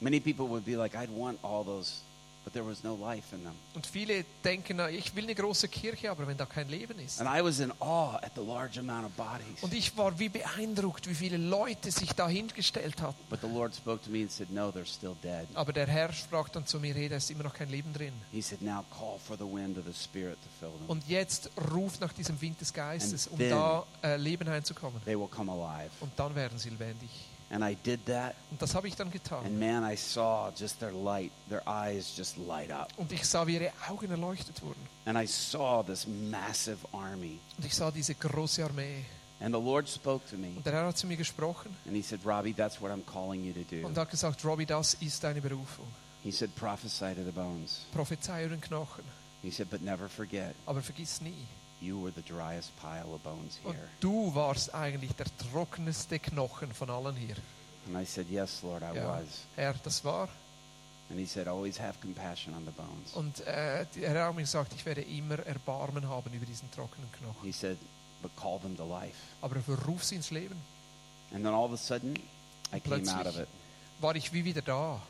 Many people would be like, I'd want all those, but there was no life in them. Und viele denken, na, ich will eine große Kirche, aber wenn da kein Leben ist. And I was in awe at the large amount of bodies. Und ich war wie beeindruckt, wie viele Leute sich da hingestellt hatten. But the Lord spoke to me and said, No, they're still dead. Aber der Herr sprach dann zu mir, hey, da ist immer noch kein Leben drin. He said, Now call for the wind of the Spirit to fill them. Und jetzt ruft nach diesem Wind des Geistes, um And then- da äh, Leben einzukommen. They will come alive. Und dann werden sie lebendig. And I did that, Und das habe ich dann getan. and man, I saw just their light, their eyes just light up. Und ich sah, wie ihre Augen erleuchtet wurden. And I saw this massive army. Und ich sah diese große Armee. And the Lord spoke to me, Und der Herr hat zu mir gesprochen and He said, Robbie, that's what I'm calling you to do. und hat gesagt, Robbie, das ist deine Berufung. He said, Prophesy to the bones. Prophezei über den Knochen, He said, But never forget, aber vergiss nie. you were the driest pile of bones Und here. du warst eigentlich der trockenste Knochen von allen hier. And I said, Yes, Lord, I Ja, was. Herr, das war. And He said, Always have compassion on the bones. Und äh, der Herr hat mir gesagt, ich werde immer Erbarmen haben über diesen trockenen Knochen. He said, But call them to life. Aber verruf sie ins Leben. And then all of a sudden, I came out of Plötzlich it. war ich wie wieder da.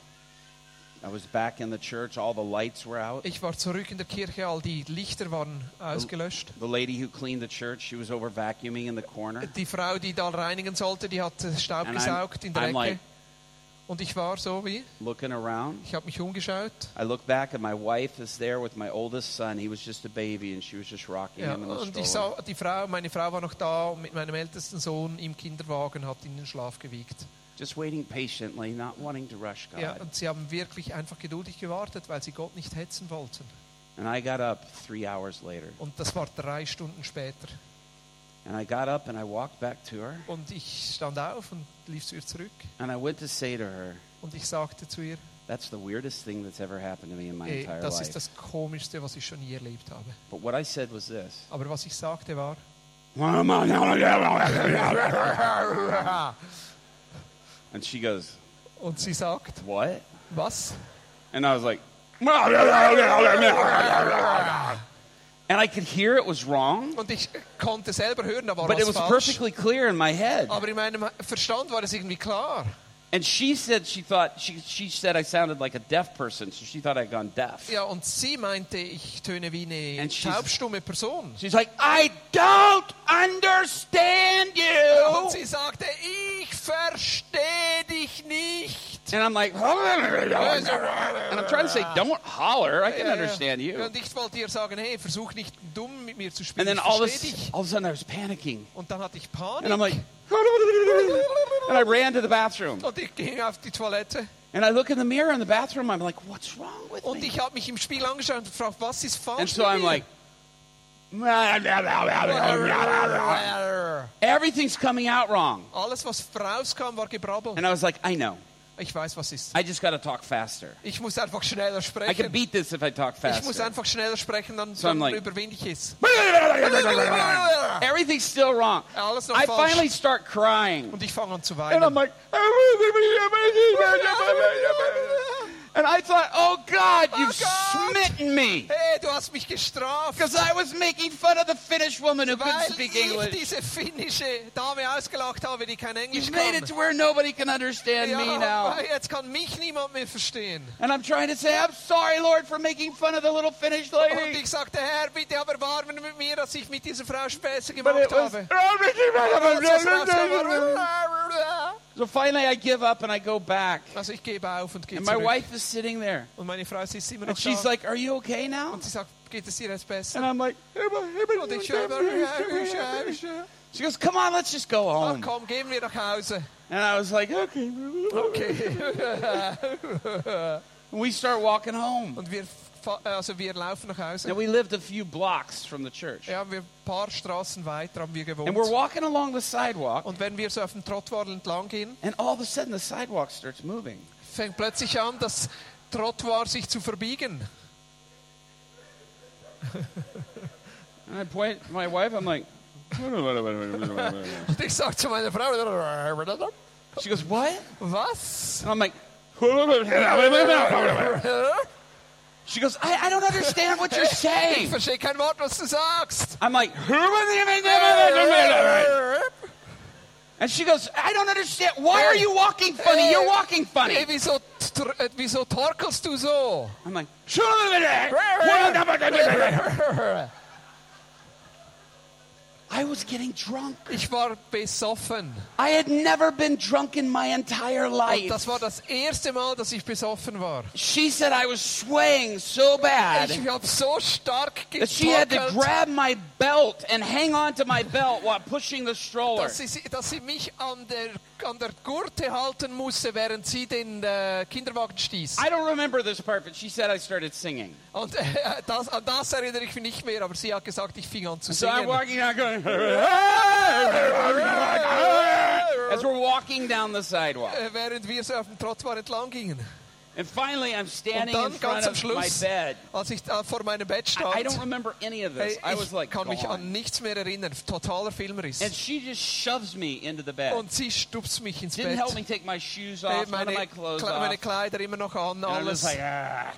I was back in the church. All the lights were out. Ich war zurück in der Kirche, all die Lichter waren ausgelöscht. The lady who cleaned the church, she was over vacuuming in the corner. Die Frau, die da reinigen sollte, die hat äh, Staub And I'm- gesaugt in der I'm Ecke. like- Und ich war so wie, Looking around, ich habe mich umgeschaut. I look back and my wife is there with my oldest son. He was just a baby and she was just rocking Ja, him in the und stroller. ich sah die Frau, meine Frau war noch da mit meinem ältesten Sohn im Kinderwagen, hat ihn in den Schlaf gewiegt. Just waiting patiently, not wanting to rush God. Ja, und sie haben wirklich einfach geduldig gewartet, weil sie Gott nicht hetzen wollten. And I got up three hours later. Und das war drei Stunden später. And I got up and I walked back to her. Und ich stand auf und lief zu ihr zurück. And I went to say to her, Und ich sagte zu ihr, That's the weirdest thing that's ever happened to me in my "Ey, entire das life. ist das Komischste, was ich schon je erlebt habe. But what I said was this. Aber was ich sagte war, And she goes, und sie sagt, What? was? And I was like, and I could hear it was wrong, Und ich konnte selber hören, da war but it was was falsch. perfectly clear in my head. Aber in meinem Verstand war es irgendwie klar. And she said she thought she she said I sounded like a deaf person, so she thought I'd gone deaf. Ja, und sie meinte, ich töne wie eine And she's- taubstumme Person. She's like, I don't understand Und you. sie sagte, ich verstehe dich nicht. And I'm like, and I'm trying to say, don't holler. I can Ja, ja. understand Ja, you. Und ich wollte ihr sagen, hey, versuch nicht dumm mit mir zu spielen. And then ich all of, a, verstehe s- dich. all of a sudden, I was panicking, Und dann hatte ich Panik. and I'm like, and I ran to the bathroom, und ich ging auf die Toilette. and I look in the mirror in the bathroom. I'm like, what's wrong with Und me? ich habe mich im Spiel angeschaut und gefragt, was ist falsch And so mit I'm mir? like, everything's coming out wrong. Alles, was rauskam, war Gebrabbel. And I was like, I know. Ich weiß, was ist. I just got to talk faster. Ich muss einfach schneller I can sprechen. beat this if I talk Ich muss faster. einfach schneller sprechen, dann, So I'm dann like- überwinde ich es. Everything's still wrong. Alles noch I falsch. finally start crying. Und ich fange an zu And I'm weinen. like, and I thought, oh God, you've Oh, God. smitten me. Hey, du hast mich gestraft, Because I was making fun of the Finnish woman who couldn't weil speak ich English. diese finnische Dame ausgelacht habe, die kein Englisch You've made it to kann. where nobody can understand me now. Ja, jetzt kann mich niemand mehr verstehen. And I'm trying to say, I'm sorry, Lord, for making fun of the little Finnish Und lady. ich sagte, Herr, bitte aber warmen mit mir, dass ich mit dieser Frau Späße But gemacht it was. habe. Und das war so- So finally, I give up and I go back. Also ich gebe auf und gehe And my zurück. wife is sitting there. Und meine Frau sitzt immer And noch she's da. like, Are you okay now? Und sie sagt, geht es dir jetzt And besser? I'm like, Und ich schreibe, She goes, Come on, let's just go ah, home. komm, gehen wir nach Hause. And I was like, Okay. Okay. And we start walking home. Und wir, fa- also wir laufen nach And Hause. we lived a few blocks from the church. Ja, wir ein paar Straßen weiter haben wir And we're gewohnt. walking along the sidewalk. Und wenn wir so auf dem Trottwall entlang gehen, And all of a sudden, the sidewalk starts moving. fängt plötzlich an, das Trottwar sich zu verbiegen. And I point at my wife, I'm like, Und ich sage zu meiner Frau, She goes, What? was? And I'm like, she goes, I, I don't understand what you're Ich saying. verstehe kein Wort, was du sagst. I'm like, and she goes, I don't understand. Why are you walking funny? You're walking Hey, funny. wieso, tr- äh, wieso torkelst du so? I'm like, I was getting drunk. Ich war besoffen. I had never been drunk in my entire Und life. das war das erste Mal, dass ich besoffen war. She said I was swaying so bad Ich habe so stark that she had to getorkelt, grab my belt and hang on to my belt while pushing the stroller. dass sie, sie- dass sie mich an der, an der Gurte halten musste, während sie den äh, Kinderwagen stieß. I don't remember this part, but she said I started singing. Und äh, das, an das erinnere ich mich nicht mehr, aber sie hat gesagt, ich fing an zu So I'm singen. walking out going. As we're walking down the sidewalk. Äh, während wir so auf dem Trottoir entlang gingen. And finally, I'm Und standing in dann front ganz am of my Schluss, bed. als ich da vor meinem Bett I, I stand, don't remember any of hey, this. I was ich like, kann mich an gone. nichts mehr erinnern. Totaler Filmriss. And she just shoves me into the bed. Und sie stupst mich ins Didn't Bett. help me take my shoes Oh, Hey, off, none meine, of my clothes Kle- meine off. Kleider immer noch an, And I'm just alles. like, ah.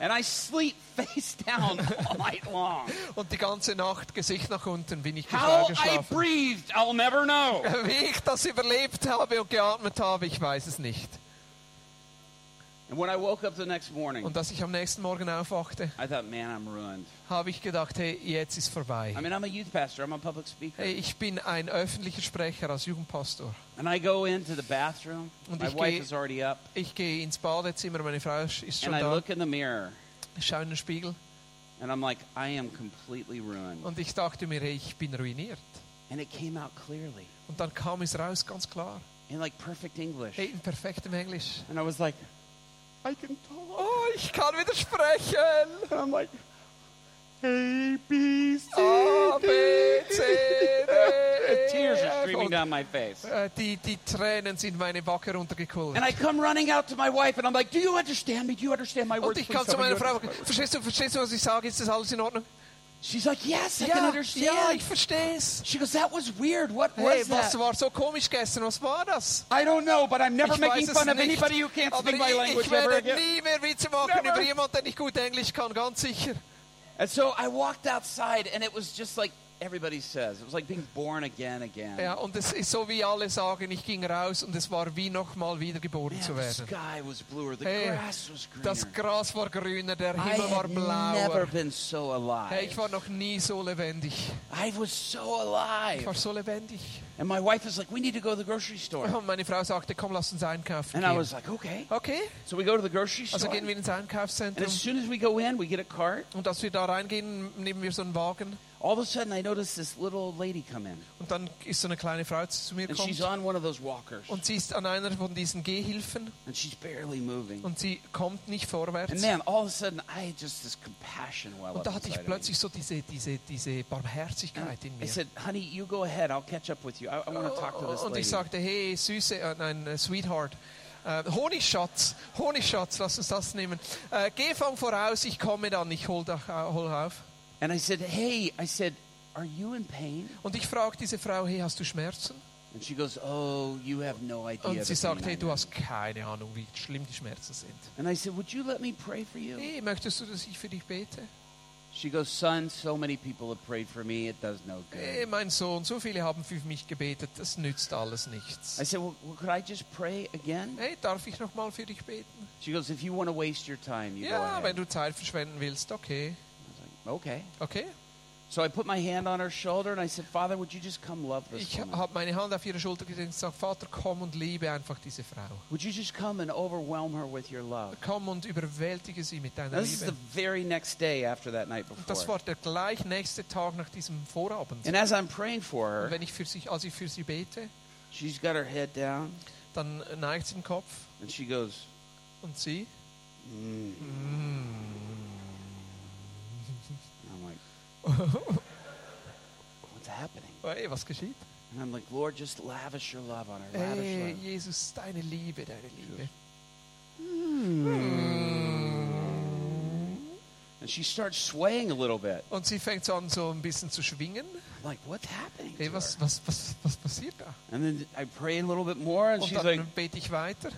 And I sleep face down all night long. Und die ganze Nacht, Gesicht nach unten, bin ich How I geschlafen. breathed, I'll never know. Wie ich das überlebt habe und geatmet habe, ich weiß es nicht. And when I woke up the next morning, Und als ich am nächsten Morgen aufwachte, I thought, man, I'm ruined. habe ich gedacht, hey, jetzt ist vorbei. I mean, I'm a youth pastor, I'm a public speaker. Hey, ich bin ein öffentlicher Sprecher als Jugendpastor. And I go into the bathroom. Und My ich wife gehe- is already up. Ich gehe ins Badezimmer, meine Frau ist ist schon And I da, look in the mirror ich schaue in den Spiegel and I'm like, I am completely ruined. und ich dachte mir, hey, ich bin ruiniert. And it came out clearly Und dann kam es raus, ganz klar, in like perfect English. hey, in perfektem Englisch. And I was like, I can talk. Oh, ich kann wieder sprechen. And I'm like, A, B, C. A, B, C, D, Tears E, are F. streaming Und, down my face. äh, die, die Tränen sind meine Backe And runtergekullert. I come running out to my wife and I'm like, Do you understand me? Do you understand my Und words? ich Please kann zu tell me you meiner Frau, understand my words." verstehst du, verstehst du, was ich sage? Ist das alles in Ordnung? She's like, Yes, I can Ja, ja, understand. ich verstehe es. She goes, That was weird. What Hey, was that? was war so komisch gestern? Was war das? I don't know, but I'm never Ich making weiß es fun of nicht. anybody who can't Aber speak my ich, language ich ever werde again. nie mehr Witze machen Never. über jemanden, der nicht gut Englisch kann, ganz sicher. And so I walked outside, and it was just like everybody says. It was like being born again, again. Ja, und es ist so, wie alle sagen, ich ging raus und es war wie nochmal wiedergeboren Man, zu the werden. sky was bluer, the Hey, grass was greener. Das Gras war grüner, der I Himmel war had never blauer. been so alive. Hey, ich war noch nie so lebendig. I was so Ich war alive. so lebendig. And my wife is like, "We need to go to the grocery store." Und meine Frau sagte, komm, lass uns einkaufen And I gehen. was like, "Okay." Okay, So we go to the grocery also store. gehen wir ins And as Einkaufszentrum. soon as we go in, we get a cart. Und als wir da reingehen, nehmen wir so einen Wagen. All of a sudden, I notice this little old lady come in, Und dann ist so eine kleine Frau zu zu mir and she's gekommen. on one of those walkers, Und sie ist an einer von diesen Gehhilfen and she's barely moving. und sie kommt nicht And vorwärts. man, all of a sudden, I had just this compassion well Und up da hatte ich inside of me. plötzlich so diese, diese, diese And Barmherzigkeit in I mir. said, honey, you go ahead. I'll catch up with you. I, I want to talk to this Und lady. ich sagte, hey, Süße, äh, nein, äh, Sweetheart, äh, Honigschatz, Honigschatz, lass uns das nehmen. Äh, geh, fang voraus, ich komme dann, ich hol, dich, äh, hol auf. And I said, hey, I said, are you in pain? Und ich frage diese Frau, hey, hast du Schmerzen? And she goes, oh, you have no idea. Und the sie pain sagt, I hey, du know." hast keine Ahnung, wie schlimm die Schmerzen sind. And I said, would you let me pray for you? Hey, möchtest du, dass ich für dich bete? She goes, son, so many people have prayed for me. It does no good. Hey, mein Sohn, so viele haben für mich gebetet, das nützt alles nichts. I said, well, well, could I just pray again? Hey, darf ich nochmal für dich beten? She goes, if you want to waste your time, you go Ja, ahead. wenn du Zeit verschwenden willst, okay. I was like, okay. Okay? So I put my hand on her shoulder and I said, Father, would you just come love this Ich woman? habe meine Hand auf ihre Schulter gelegt und gesagt, Vater, komm und liebe einfach diese Frau. Would you just come and overwhelm her with your love? Komm und überwältige sie mit Now, deiner this is the Liebe. very next day after that night Und das before. war der gleich nächste Tag nach diesem Vorabend. And as I'm praying for Und her, wenn ich für sie, als ich für sie bete, she's got her head down dann neigt sie den Kopf and she goes, und sie. and I'm like, what's happening? oh, Hey, was geschieht? And I'm like, Lord, just lavish your love on her. Lavish Hey, love. Jesus, deine Liebe, deine Liebe. And she starts swaying a little bit. Und sie fängt so an, so ein bisschen zu schwingen. I'm like, what's happening? to Hey, was, her? was, was, was passiert da? And then I pray a little bit more and Und she's like, dann bete ich weiter.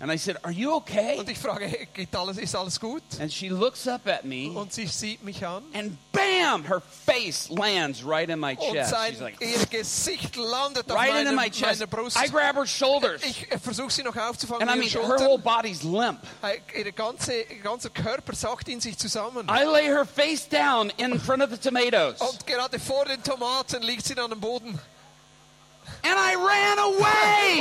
and I said, Are you okay? Und ich frage, hey, geht alles, ist alles gut? And she looks up at me Und sie sieht mich an. and bam, her face lands right in my Und chest. sein, She's like, ihr Gesicht landet auf right meine, into my chest. meine Brust. I grab her shoulders. Ich versuche sie noch aufzufangen And I mit mean, ihren her whole Schultern. body's limp. Äh, Ihr ganze, ihr ganzer Körper sackt in sich zusammen. I lay her face down in front of the tomatoes. Und gerade vor den Tomaten liegt sie dann am Boden. And I ran Und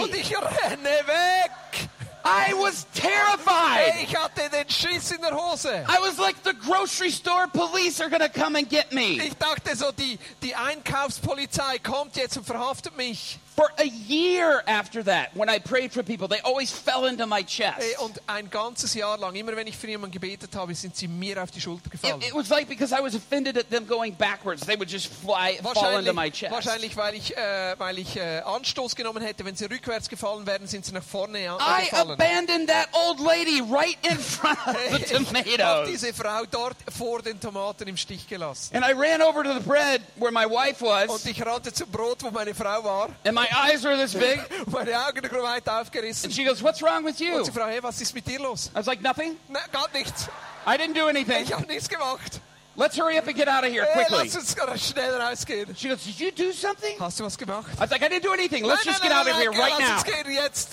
away. ich renne weg. I was Hey, terrified. ich hatte den Schiss in der Hose. I was like, the grocery store police are going to come and get me. Ich dachte so, die, die Einkaufspolizei kommt jetzt und verhaftet mich. For a year after that, when I prayed for people, they always fell into my chest. Äh, It, Und ein ganzes Jahr lang, immer wenn ich für jemanden gebetet habe, sind sie mir auf die Schulter gefallen. it was like because I was offended at them going backwards, they would just fly, fall into my Wahrscheinlich, chest. wahrscheinlich weil ich, äh, weil ich äh, Anstoß genommen hätte. Wenn sie rückwärts gefallen wären, sind sie nach vorne an- I gefallen. abandoned that old lady right in front of the Ich habe tomatoes. diese Frau dort vor den Tomaten im Stich gelassen. And I ran over to the bread where my wife Und was, ich rannte zum Brot, wo meine Frau war. and my eyes were this big. Und meine Augen noch weit And aufgerissen. she goes, What's wrong with you? Und sie fragte, hey, was ist mit dir los? I was like, Nothing. Na, gar nichts. I didn't do anything. Ich habe nichts gemacht. Let's hurry up and get out of here Hey, quickly. lass uns schnell rausgehen. She goes, Did you do something? Hast du was gemacht? I was like, I didn't do anything. Let's Nein, just nein, get out of nein, here nein, right Lass now. uns gehen jetzt.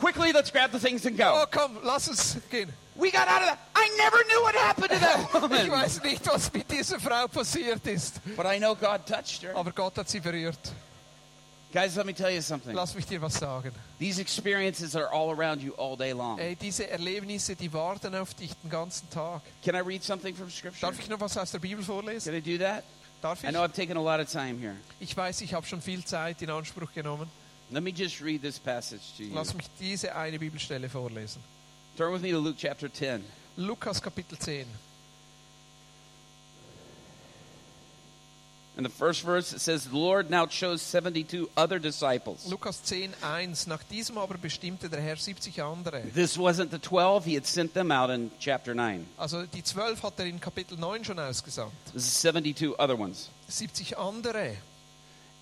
Quickly, let's grab the things and Oh, go. komm, lass uns gehen. We got out of that. I never knew what happened to that Ich woman. weiß nicht, was mit dieser Frau passiert ist, But I know God touched her. aber Gott hat sie berührt. Guys, let me tell you something. Lass mich dir was sagen. These experiences are all around you all day long. Ey, diese Erlebnisse, die warten auf dich den ganzen Tag. Can I read something from Scripture? Darf ich noch was aus der Bibel vorlesen? Can I do that? Darf I ich? know I've taken a lot of time here. Ich weiß, ich habe schon viel Zeit in Anspruch genommen. Let me just read this passage to you. Lass mich diese eine Bibelstelle vorlesen. Turn with me to Luke chapter 10. Lukas Kapitel 10. In the first verse, it says, The Lord now chose 72 other disciples. Lukas 10, 1. Nach diesem aber bestimmte der Herr 70 andere. This wasn't the 12, he had sent them out in chapter 9. Also die 12 hat er in Kapitel 9 schon ausgesandt. This is 72 other ones. 70 andere.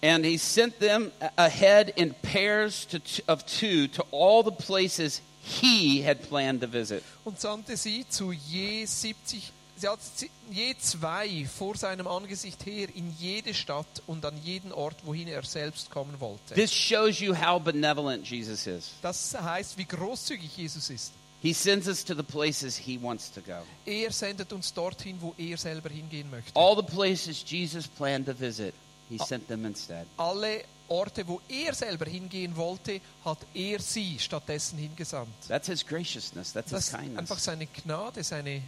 And he sent them a- ahead in pairs to t- of two to all the places he had planned to visit. Und sandte sie zu je 70, sie hat sie- je zwei vor seinem Angesicht her in jede Stadt und an jeden Ort, wohin er selbst kommen wollte. This shows you how benevolent Jesus is. Das heißt, wie großzügig Jesus ist. He sends us to the places he wants to go. Er sendet uns dorthin, wo er selber hingehen möchte. All the places Jesus planned to visit, he sent them instead. Alle Orte, wo er selber hingehen wollte, hat er sie stattdessen hingesandt. That's his graciousness, that's his Das ist einfach kindness. seine Gnade, seine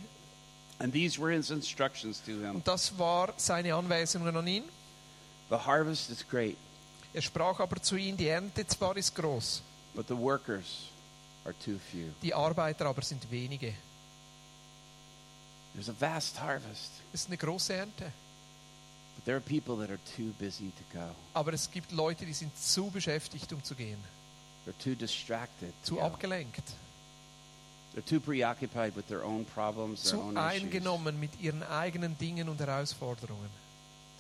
And these were his instructions to him. und das war seine Anweisungen an ihn. The harvest is great, Er sprach aber zu ihm: Die Ernte zwar ist groß, but the workers are too few. die Arbeiter aber sind wenige. There's a vast harvest, Es ist eine große Ernte, but there are people that are too busy to go. aber es gibt Leute, die sind zu beschäftigt, um zu gehen, They're too distracted. to zu go. abgelenkt, They're too preoccupied with their own problems, their zu own issues eingenommen mit ihren eigenen Dingen und Herausforderungen,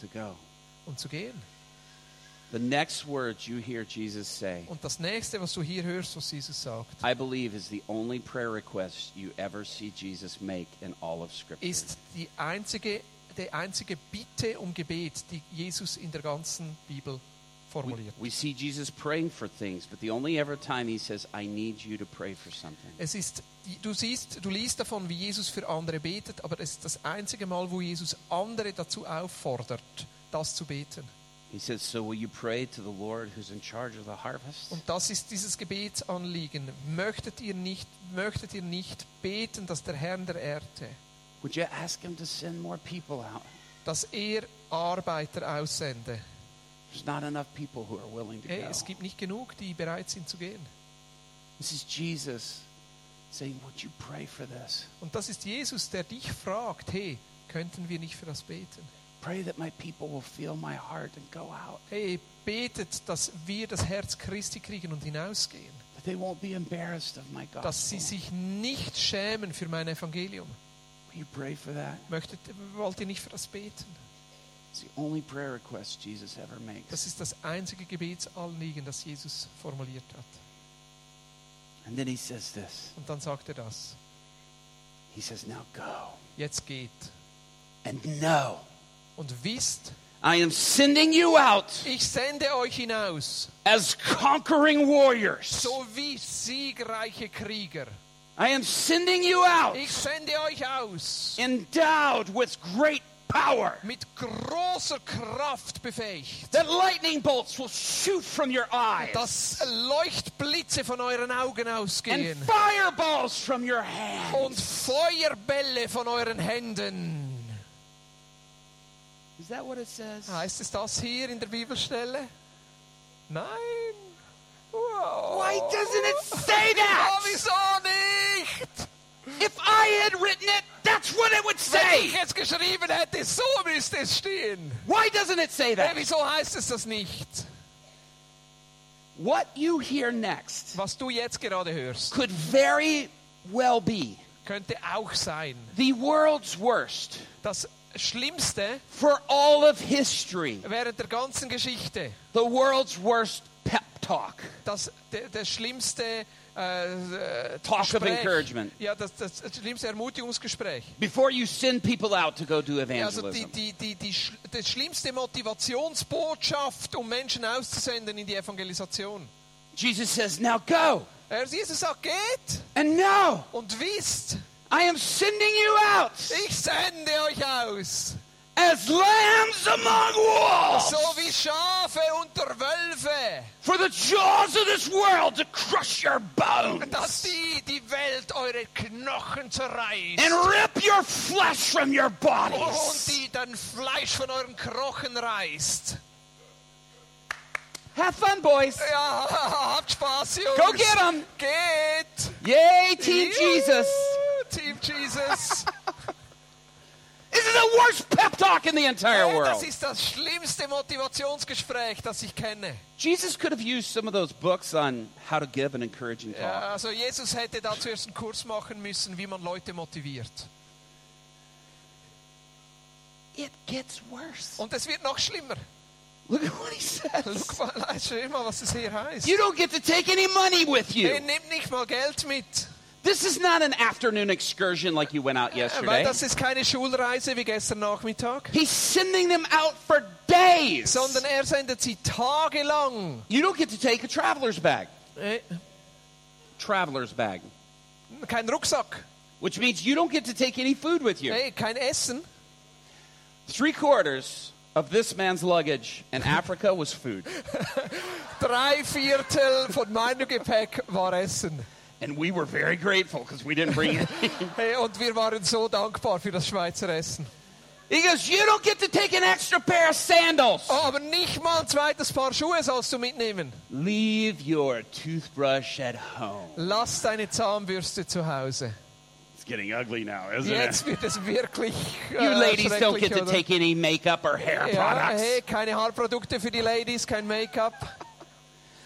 to go. um zu gehen. The next words you hear Jesus say, Und das nächste, was du hier hörst, was Jesus sagt, I believe is the only prayer request you ever see Jesus make in all of Scripture. ist die einzige, die einzige Bitte um Gebet, die Jesus in der ganzen Bibel we, formuliert. we see Jesus praying for things, but the only ever time he says, I need you to pray for something. Es ist, du siehst, du liest davon, wie Jesus für andere betet, aber es ist das einzige Mal, wo Jesus andere dazu auffordert, das zu beten. He says, So will you pray to the Lord who's in charge of the harvest? Und das ist dieses Gebetsanliegen. Möchtet ihr nicht, möchtet ihr nicht beten, dass der Herr der Erde, Would you ask him to send more people out? dass er Arbeiter aussende? There's not enough people who are willing to Hey, go. Eh, es gibt nicht genug, die bereit sind zu gehen. This is Jesus saying, Would you pray for this? Und das ist Jesus, der dich fragt, hey, könnten wir nicht für das beten? Pray that my people will feel my heart and go out, Hey, betet, dass wir das Herz Christi kriegen und hinausgehen. that they won't be embarrassed of my gospel. Dass sie sich nicht schämen für mein Evangelium. Will you pray for that? Möchtet, wollt ihr nicht für das beten? It's the only prayer request Jesus ever makes. Das ist das einzige Gebetsanliegen, das Jesus formuliert hat. And then he says this Und dann sagt er das. He says, Now go Jetzt geht and know. und wisst, I am sending you out ich sende euch hinaus, as conquering warriors. so wie siegreiche Krieger. I am sending you out Ich sende euch aus, endowed with great power. mit großer Kraft befähigt, That lightning bolts will shoot from your eyes dass Leuchtblitze von euren Augen and ausgehen fireballs from your hands. und Feuerbälle von euren Händen. Is that what it says? Heißt es das hier in der Bibelstelle? Nein. Wow. Why doesn't it say Ja, that? wieso nicht? If I had written it, that's what it would Wenn say. ich jetzt geschrieben hätte, so müsste es stehen. Why doesn't it say Hey, that? wieso heißt es das nicht? What you hear next Was du jetzt gerade hörst, could very well be könnte auch sein. the world's worst Das Schlimmste for all of history. während der ganzen Geschichte, The world's worst pep talk. das, der, der schlimmste äh, äh, Talk of Gespräch. encouragement. Ja, das, das schlimmste Ermutigungsgespräch. Before you send people out to go do Also die, evangelism, die, die, die, sch- die schlimmste Motivationsbotschaft, um Menschen auszusenden in die Evangelisation. Jesus says, Now go Er, Jesus sagt, geht and know und wisst, I am sending you out ich sende euch aus. as lambs among wolves So wie Schafe unter Wölfe, for the jaws of this world to crush your bones dass die die Welt eure Knochen zerreißt and rip your flesh from your und bodies. die dann Fleisch von euren Knochen reißt. Have fun, boys. Ja, habt Spaß, Jungs. Go get 'em. Geht. Yay, Team Jesus. Juhu, Team Jesus. This is the worst pep talk in the entire Hey, das world. ist das schlimmste Motivationsgespräch, das ich kenne. Jesus could have used some of those books on how to give an encouraging talk. Ja, also Jesus hätte da zuerst einen Kurs machen müssen, wie man Leute motiviert. It gets worse. Und es wird noch schlimmer. Oh, Look at what he says. Guck mal, schau mal, was es hier heißt. You don't get to take any money with Hey, you. nimm nicht mal Geld mit. This is not an afternoon excursion like you went out Weil yesterday. das ist keine Schulreise wie gestern Nachmittag, He's sending them out for days. sondern er sendet sie tagelang. You don't get to take a traveler's bag. Äh, Traveler's bag. Kein Rucksack, Which means you don't get to take any food with you. hey, kein Essen. Three quarters of this man's luggage in Africa was food. Drei Viertel von meinem Gepäck war Essen. And we were very grateful because we didn't bring it. Hey, und wir waren so dankbar für das Schweizer Essen. he goes, You don't get to take an extra pair of sandals. Oh, aber nicht mal ein zweites Paar Schuhe sollst du mitnehmen. Leave your toothbrush at home. Lass deine Zahnbürste zu Hause. It's getting ugly now, isn't Jetzt wird es wirklich. Äh, Also, You ladies don't schrecklich, get to oder? take any makeup or hair ja, products. hey, keine Haarprodukte für die Ladies, kein Make-up.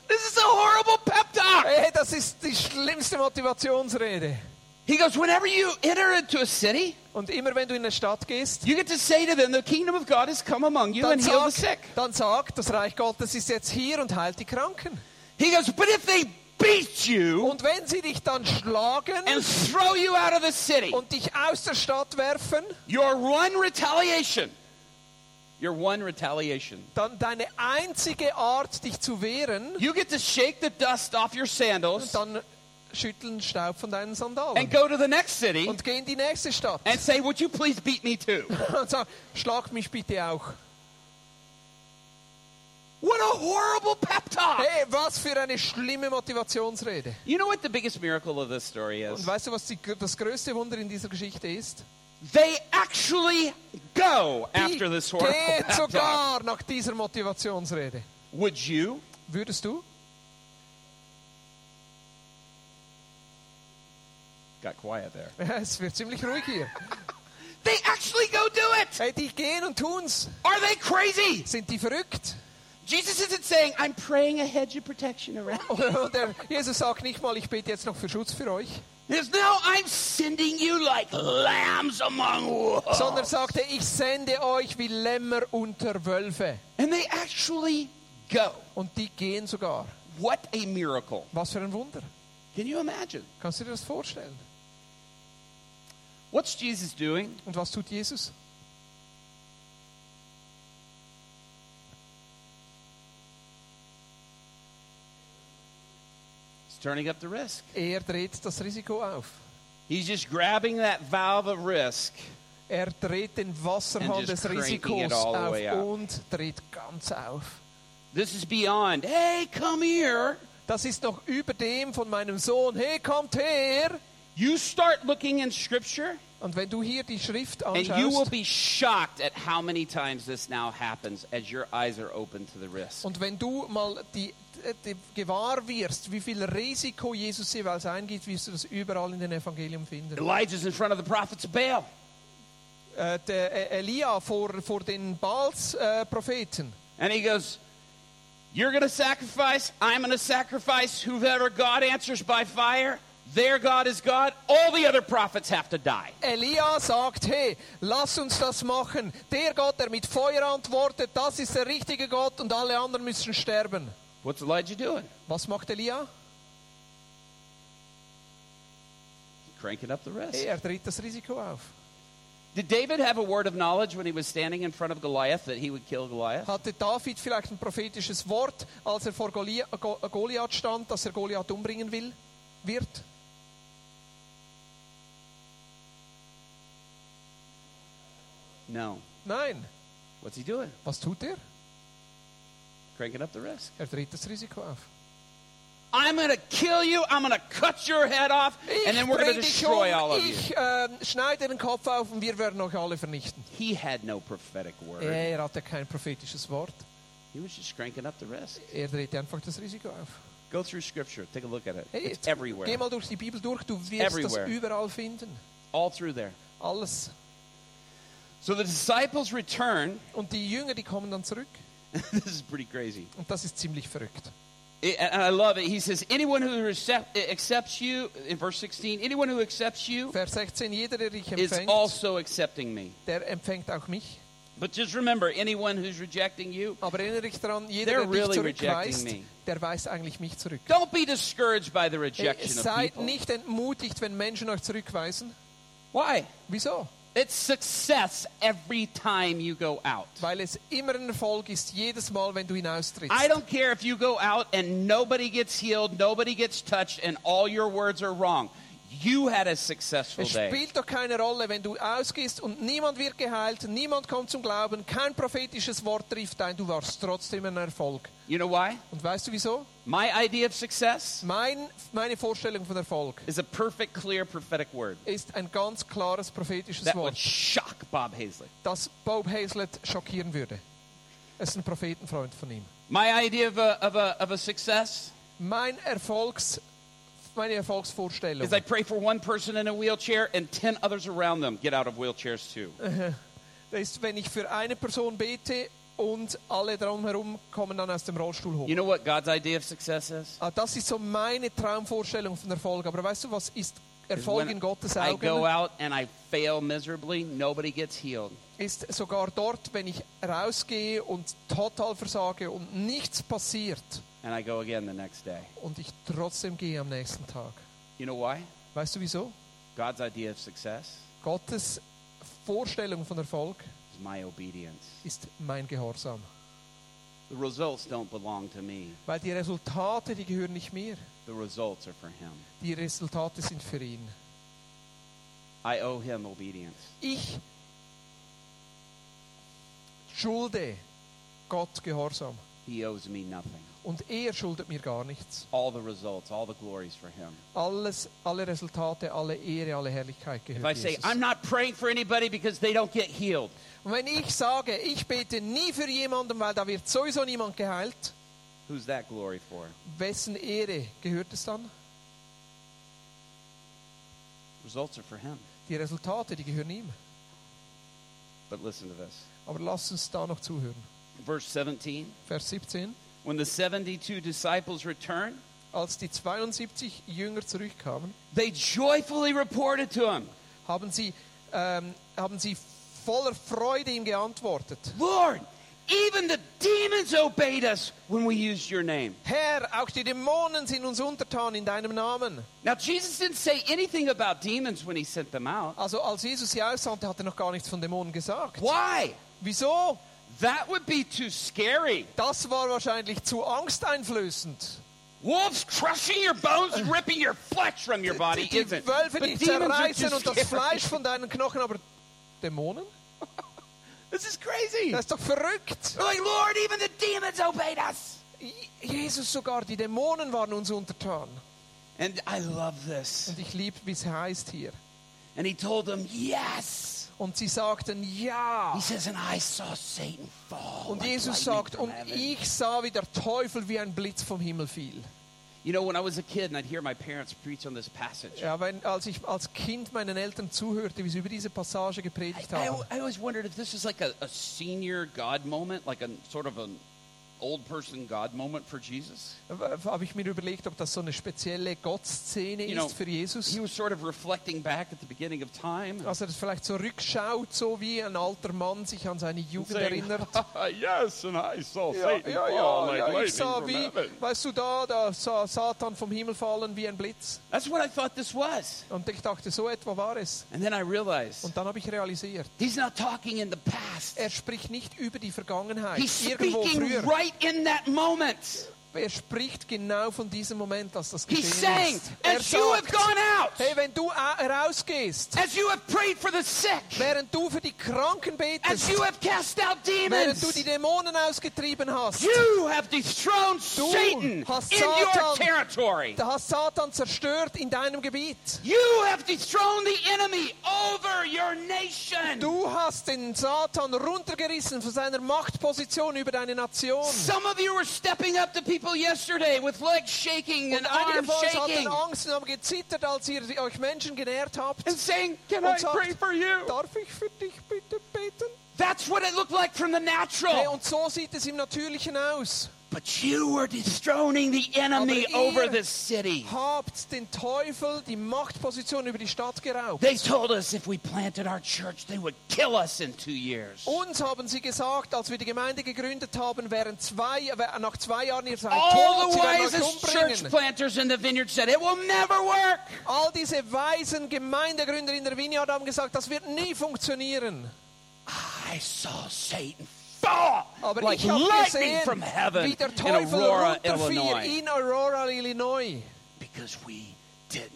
This is a horrible pep talk. Hey, das ist die schlimmste Motivationsrede. He goes, Whenever you enter into a city, Und immer wenn du in eine Stadt gehst, you get to say to them, The kingdom of God has come among you dann and heal the sag, sick. dann sag, das Reich Gottes ist jetzt hier und heilt die Kranken. He goes, But if they beat you Und wenn sie dich dann schlagen and throw you out of the city, und dich aus der Stadt werfen, your one retaliation, your one retaliation, dann deine einzige Art, dich zu wehren, you get to shake the dust off your sandals dann schütteln Staub von deinen and Sandalen go to the next city und geh in die nächste Stadt and say, Would you please beat me too? und sag, schlag mich bitte auch. What a horrible pep talk. Hey, was für eine schlimme Motivationsrede. You know what the biggest miracle of this story Und is? weißt du, was die, das größte Wunder in dieser Geschichte ist? They actually go after die this horrible geht pep talk. sogar nach dieser Motivationsrede. Would you? Würdest du? Got quiet there. Es wird ziemlich ruhig hier. They actually go do it. Hey, die gehen und tun's. Are they crazy? Sind die verrückt? Jesus isn't saying, I'm praying a hedge of protection around. Und der Jesus sagt nicht mal, ich bete jetzt noch für Schutz für euch, There's no, I'm sending you like lambs among wolves. sondern sagte, ich sende euch wie Lämmer unter Wölfe. And they actually go. Und die gehen sogar. What a miracle. Was für ein Wunder. Can you imagine? Kannst du dir das vorstellen? What's Jesus doing? Und was tut Jesus? He's turning up the risk. Er dreht das Risiko auf. He's just grabbing that valve of risk. Er dreht den And Wasserhahn just des cranking it Risikos all the way up. auf und dreht ganz auf. This is beyond, hey, come here. Das ist noch über dem von meinem Sohn. Hey, kommt her! You start looking in Scripture, Und wenn du hier die Schrift and you will anschaust be shocked at how many times this now happens as your eyes are open to the risk. und wenn du mal die, die, die gewahr wirst, wie viel Risiko Jesus jeweils eingeht, wirst du das überall in den Evangelium finden. Elijah's in front of the prophets of Baal. Äh, der äh, Elia vor, vor den äh, Baals-Propheten. And he goes, You're going to sacrifice. I'm going to sacrifice. Whoever God answers by fire, their God is God. All the other prophets have to die. Elia sagt, hey, lass uns das machen. Der Gott, der mit Feuer antwortet, das ist der richtige Gott und alle anderen müssen sterben. What's Elijah doing? Was macht Elia? Cranking up the risk. Hey, er dreht das Risiko auf. uh, Did David have a word of knowledge when he was standing in front of Goliath that he would kill Goliath? Hatte David vielleicht ein prophetisches Wort, als er vor Goli- Go- Goliath stand, dass er Goliath umbringen will? wird? No. Nein. What's he doing? Was tut er? Cranking up the risk. Er dreht das Risiko auf. I'm going to kill you. I'm going to cut your head off. And then we're going to dreh dich destroy um, all of you. ich äh, schneide den Kopf auf und wir werden euch alle vernichten. He had no prophetic word. Er hatte kein prophetisches Wort. He was just cranking up the risk. Er drehte einfach das Risiko auf. Go through scripture. Take a look at it. Hey, It's jetzt geh everywhere. mal durch die Bibel durch, du wirst Everywhere. das überall finden. All through there. Alles. So the disciples return. Und die Jünger, die kommen dann zurück. this is pretty crazy. Und das ist ziemlich verrückt. It- And I love it. He says, Anyone who recep- accepts you, in verse 16, anyone who accepts you Vers 16, jeder, der dich is empfängt, also accepting me. der empfängt auch mich. But just remember, anyone who's rejecting you, Aber erinnere dich daran, jeder, They're der dich really zurückweist, rejecting me. der weist eigentlich mich zurück. don't be discouraged by the Hey, rejection of seid people. nicht entmutigt, wenn Menschen euch zurückweisen. Why? Wieso? It's success every time you go out. Weil es immer ein Erfolg ist, jedes Mal, wenn du hinaustrittst. I don't care if you go out and nobody gets healed, nobody gets touched, and all your words are wrong. You had a successful Es day. spielt doch keine Rolle, wenn du ausgehst und niemand wird geheilt, niemand kommt zum Glauben, kein prophetisches Wort trifft ein, du warst trotzdem ein Erfolg. You know why? Und weißt du wieso? My idea of success Mein, meine Vorstellung von Erfolg is a perfect, clear, prophetic word ist ein ganz klares prophetisches that would Wort, shock Bob Hazlett. das Bob Hazlett schockieren würde. Er ist ein Prophetenfreund von ihm. My idea of a, of a, of a success Mein Erfolgs, meine Erfolgsvorstellung is I pray for one person in a wheelchair and 10 others around them get out of wheelchairs too. ist, wenn ich für eine Person bete und alle drumherum kommen dann aus dem Rollstuhl hoch. You know what God's idea of success is? Ah, das ist so meine Traumvorstellung von Erfolg. Aber weißt du, was Is ist Erfolg when in Gottes I go Augen? out and I fail miserably, nobody gets healed. Ist sogar dort, wenn ich rausgehe und total versage und nichts passiert And I go again the next day. und ich trotzdem gehe am nächsten Tag. You know why? Weißt du wieso? God's idea of success Gottes Vorstellung von Erfolg is my obedience. ist mein Gehorsam. The results don't belong to me. Weil die Resultate, die gehören nicht mir. The results are for him. Die Resultate sind für ihn. I owe him obedience. Ich schulde Gott Gehorsam. He owes me nothing. Und er schuldet mir gar nichts. All the results, all the glories for him. Alles, alle Resultate, alle Ehre, alle Herrlichkeit If I gehört say, Jesus. I'm not praying for anybody because they don't get healed, Und wenn ich sage, ich bete nie für jemanden, weil da wird sowieso niemand geheilt, who's that glory for? wessen Ehre gehört es dann? Results are for him. Die Resultate, die gehören ihm. But listen to this. Aber lasst uns da noch zuhören. Verse 17 Vers 17. When the 72 disciples returned, Als die 72 Jünger zurückkamen, they joyfully reported to him, haben sie, ähm, haben sie voller Freude ihm geantwortet. Lord, even the demons obeyed us when we used your name. Herr, auch die Dämonen sind uns untertan in deinem Namen. Now, Jesus didn't say anything about demons when he sent them out. Also als Jesus sie aussandte, hat er noch gar nichts von Dämonen gesagt. Why? Wieso? That would be too scary. Das war wahrscheinlich zu angsteinflößend. Wolves crushing your bones, ripping your flesh from your body Die isn't. Wölfe, But die demons are zerreißen too und das scary. Fleisch von deinen Knochen, aber Dämonen? This is crazy. Das ist doch verrückt. They're like, Lord, even the demons obeyed us. Jesus sogar, die Dämonen waren uns untertan. And I love this. Und ich liebe, wie es heißt hier. And he told them, yes. Und sie sagten ja. He says, and I saw Satan fall. Und like Jesus lightning sagt, from und heaven." ich sah, wie der Teufel wie ein Blitz vom Himmel fiel. You know, when I was a kid and I'd hear my parents preach on this passage, Ja, wenn, als ich als Kind meinen Eltern zuhörte, wie sie über diese Passage gepredigt I, haben. I always wondered if this was like a, a senior God moment, like a sort of an old person God moment for Jesus. habe ich mir überlegt, ob das so eine spezielle Gottszene You know, ist für Jesus. Also, He was sort of reflecting back at the beginning of time. Dass er das vielleicht zurückschaut, so wie ein alter Mann sich an seine Jugend Saying, erinnert. yes, and I saw Ja, Satan ja, fall ja, like ja, lightning ich sah from wie, heaven. weißt du da, da sah Satan vom Himmel fallen wie ein Blitz. That's what I thought this was. Und ich dachte, so etwa war es. And then I realized Und dann habe ich realisiert, he's not talking in the past. Eh, er spricht nicht über die Vergangenheit, He's irgendwo speaking früher, right in that moment. er spricht genau von diesem Moment, als das geschehen He's saying, ist. Er as you have sagt, gone out, hey, wenn du a- rausgehst, as you have prayed for the sick, während du für die Kranken as betest, you have cast out während du die demons, Dämonen ausgetrieben hast, you have dethroned Satan in hast your Satan- territory. da hast Satan zerstört in deinem Gebiet. You have dethroned the enemy over your nation. Du hast den Satan runtergerissen von seiner Machtposition über deine Nation. Some of you were stepping up to people yesterday with legs shaking and Und einige arms von euch hatten shaking Angst und haben gezittert, als ihr die- euch Menschen genährt habt. and saying, Can und I sagt, pray for you? Darf ich für dich bitte beten? That's what it looked like from the Hey, natural. und so sieht es im Natürlichen aus. But you were dethroning the enemy Aber ihr- over this city. Habt den Teufel die Machtposition über die Stadt geraubt. They told us if we planted our church, they would kill us in two years. Uns haben sie gesagt, als wir die Gemeinde gegründet haben, wären zwei, nach zwei Jahren ihr seid All tot, the sie werden euch wisest church umbringen. planters in the vineyard said, It will never work. All diese weisen Gemeindegründer in der Vineyard haben gesagt, das wird nie funktionieren. I saw Satan fall Aber like ich habe lightning gesehen, from heaven wie der in Teufel Aurora, runterfiel Illinois. in Aurora, Illinois, Because we didn't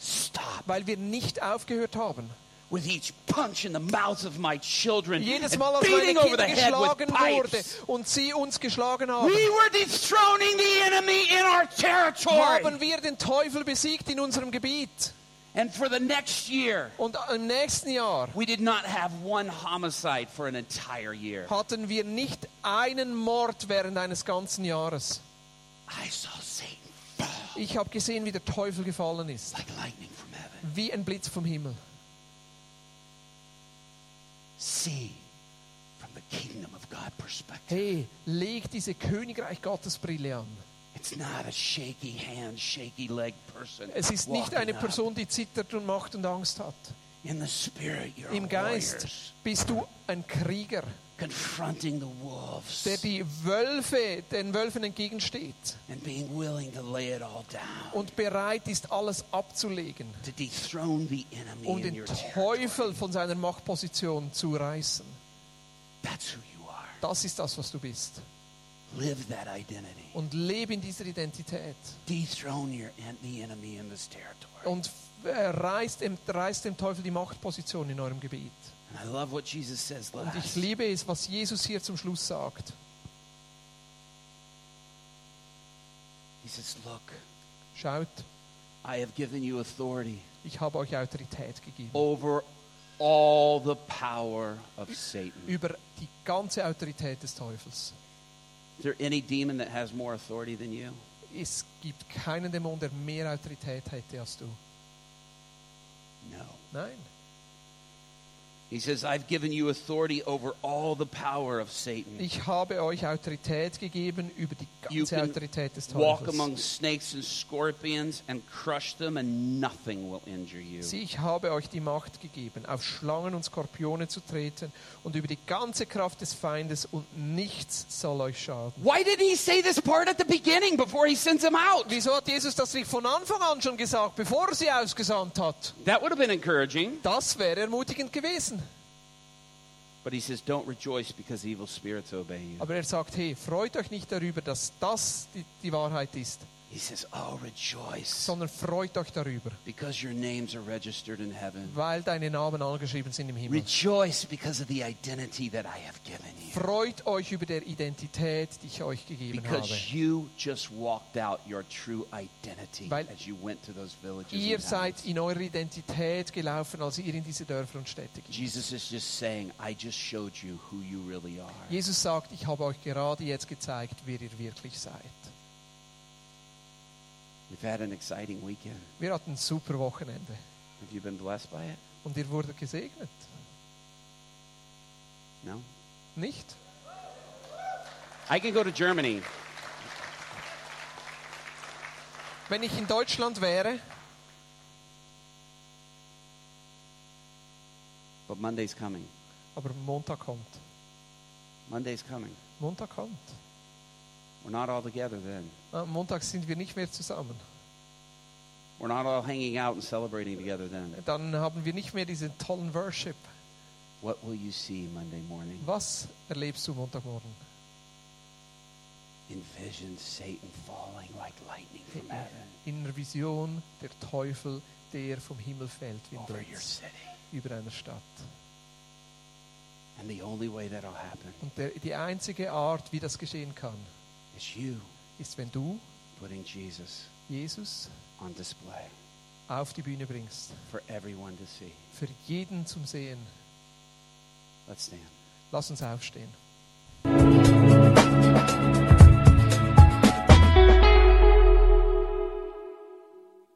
stop. weil wir nicht aufgehört haben. With each punch in the mouths of my children, Jedes and Mal, als meine beating over the Kinder head with geschlagen wurde pipes. und sie uns geschlagen haben, We were dethroning the enemy in our haben territory. wir den Teufel besiegt in unserem Gebiet. And for the next year, Und im nächsten Jahr we did not have one homicide for an entire year. hatten wir nicht einen Mord während eines ganzen Jahres. I saw Satan fall Ich habe gesehen, wie der Teufel gefallen ist, like lightning from heaven. wie ein Blitz vom Himmel. See from the kingdom of God perspective. Hey, leg diese Königreich Gottes Brille an. It's not a shaky hand, shaky leg person. Es ist nicht walking eine up. Person, die zittert und macht und Angst hat. in the spirit. You're Im Geist warriors, bist du ein Krieger, confronting the wolves der die Wölfe, den Wölfen entgegensteht and being willing to lay it all down und bereit ist, alles abzulegen, to dethrone the enemy um in den your territory. Teufel von seiner Machtposition zu reißen. That's who you are. Das ist das, was du bist. Live that identity. Und lebe in dieser Identität. Dethrone your en- the enemy in this territory. Und äh, reißt, dem- reißt dem Teufel die Machtposition in eurem Gebiet. And I love what Jesus says Und ich last. liebe es, was Jesus hier zum Schluss sagt. He says, "Look, Schaut, I have given you authority ich habe euch Autorität gegeben. over all the power of Satan." Is über die ganze Autorität des Teufels. there any demon that has more authority than you? Es gibt keinen Dämon, der mehr Autorität hätte als du. No. Nein. He says, I've given you authority over all the power of Satan. Ich habe euch Autorität gegeben über die You ganze can Autorität des walk Teufels. among snakes and scorpions and crush them, and nothing will injure you. Sieh, Ich habe euch die Macht gegeben, auf Schlangen und Skorpione zu treten und über die ganze Kraft des Feindes und nichts soll euch schaden. Why didn't he say this part at the beginning before he sends them out? Wieso hat Jesus das nicht von Anfang an schon gesagt, bevor er sie ausgesandt hat? That would have been encouraging. Das wäre ermutigend gewesen. But he says, Don't rejoice because evil spirits obey you. Aber er sagt, hey, freut euch nicht darüber, dass das die, die Wahrheit ist, He says, Oh, rejoice sondern freut euch darüber, because your names are registered in heaven. weil deine Namen angeschrieben sind im Himmel. Rejoice because of the identity that I have given you. Freut euch über der Identität, die ich euch gegeben habe. Because you just walked out your true identity Weil as you went to those villages. Ihr and seid towns. in eure Identität gelaufen, als ihr in diese Dörfer und Städte ging. Jesus is just saying, I just showed you who you really are. Jesus sagt, ich habe euch gerade jetzt gezeigt, wer ihr wirklich seid. We've had an exciting weekend. Wir hatten ein super Wochenende Have you been blessed by it? und ihr wurdet gesegnet. No? Nicht? I can go to Germany. Wenn ich in Deutschland wäre, But Monday's coming. aber Montag kommt. Monday's coming. Montag kommt. We're not all together then. Am Montag sind wir nicht mehr zusammen. We're not all hanging out and celebrating together then. Dann haben wir nicht mehr diesen tollen Worship. What will you see Monday morning? Was erlebst du Montagmorgen? envisioned Satan falling like lightning from heaven In einer Vision der Teufel, der vom Himmel fällt wie ein over your Blitz city. über einer Stadt. And the only way that'll happen Und der, die einzige Art, wie das geschehen kann, is you ist, wenn du putting Jesus Jesus on display auf die Bühne bringst. for everyone to see. Für jeden zum Sehen. Let's stand. Lass uns aufstehen.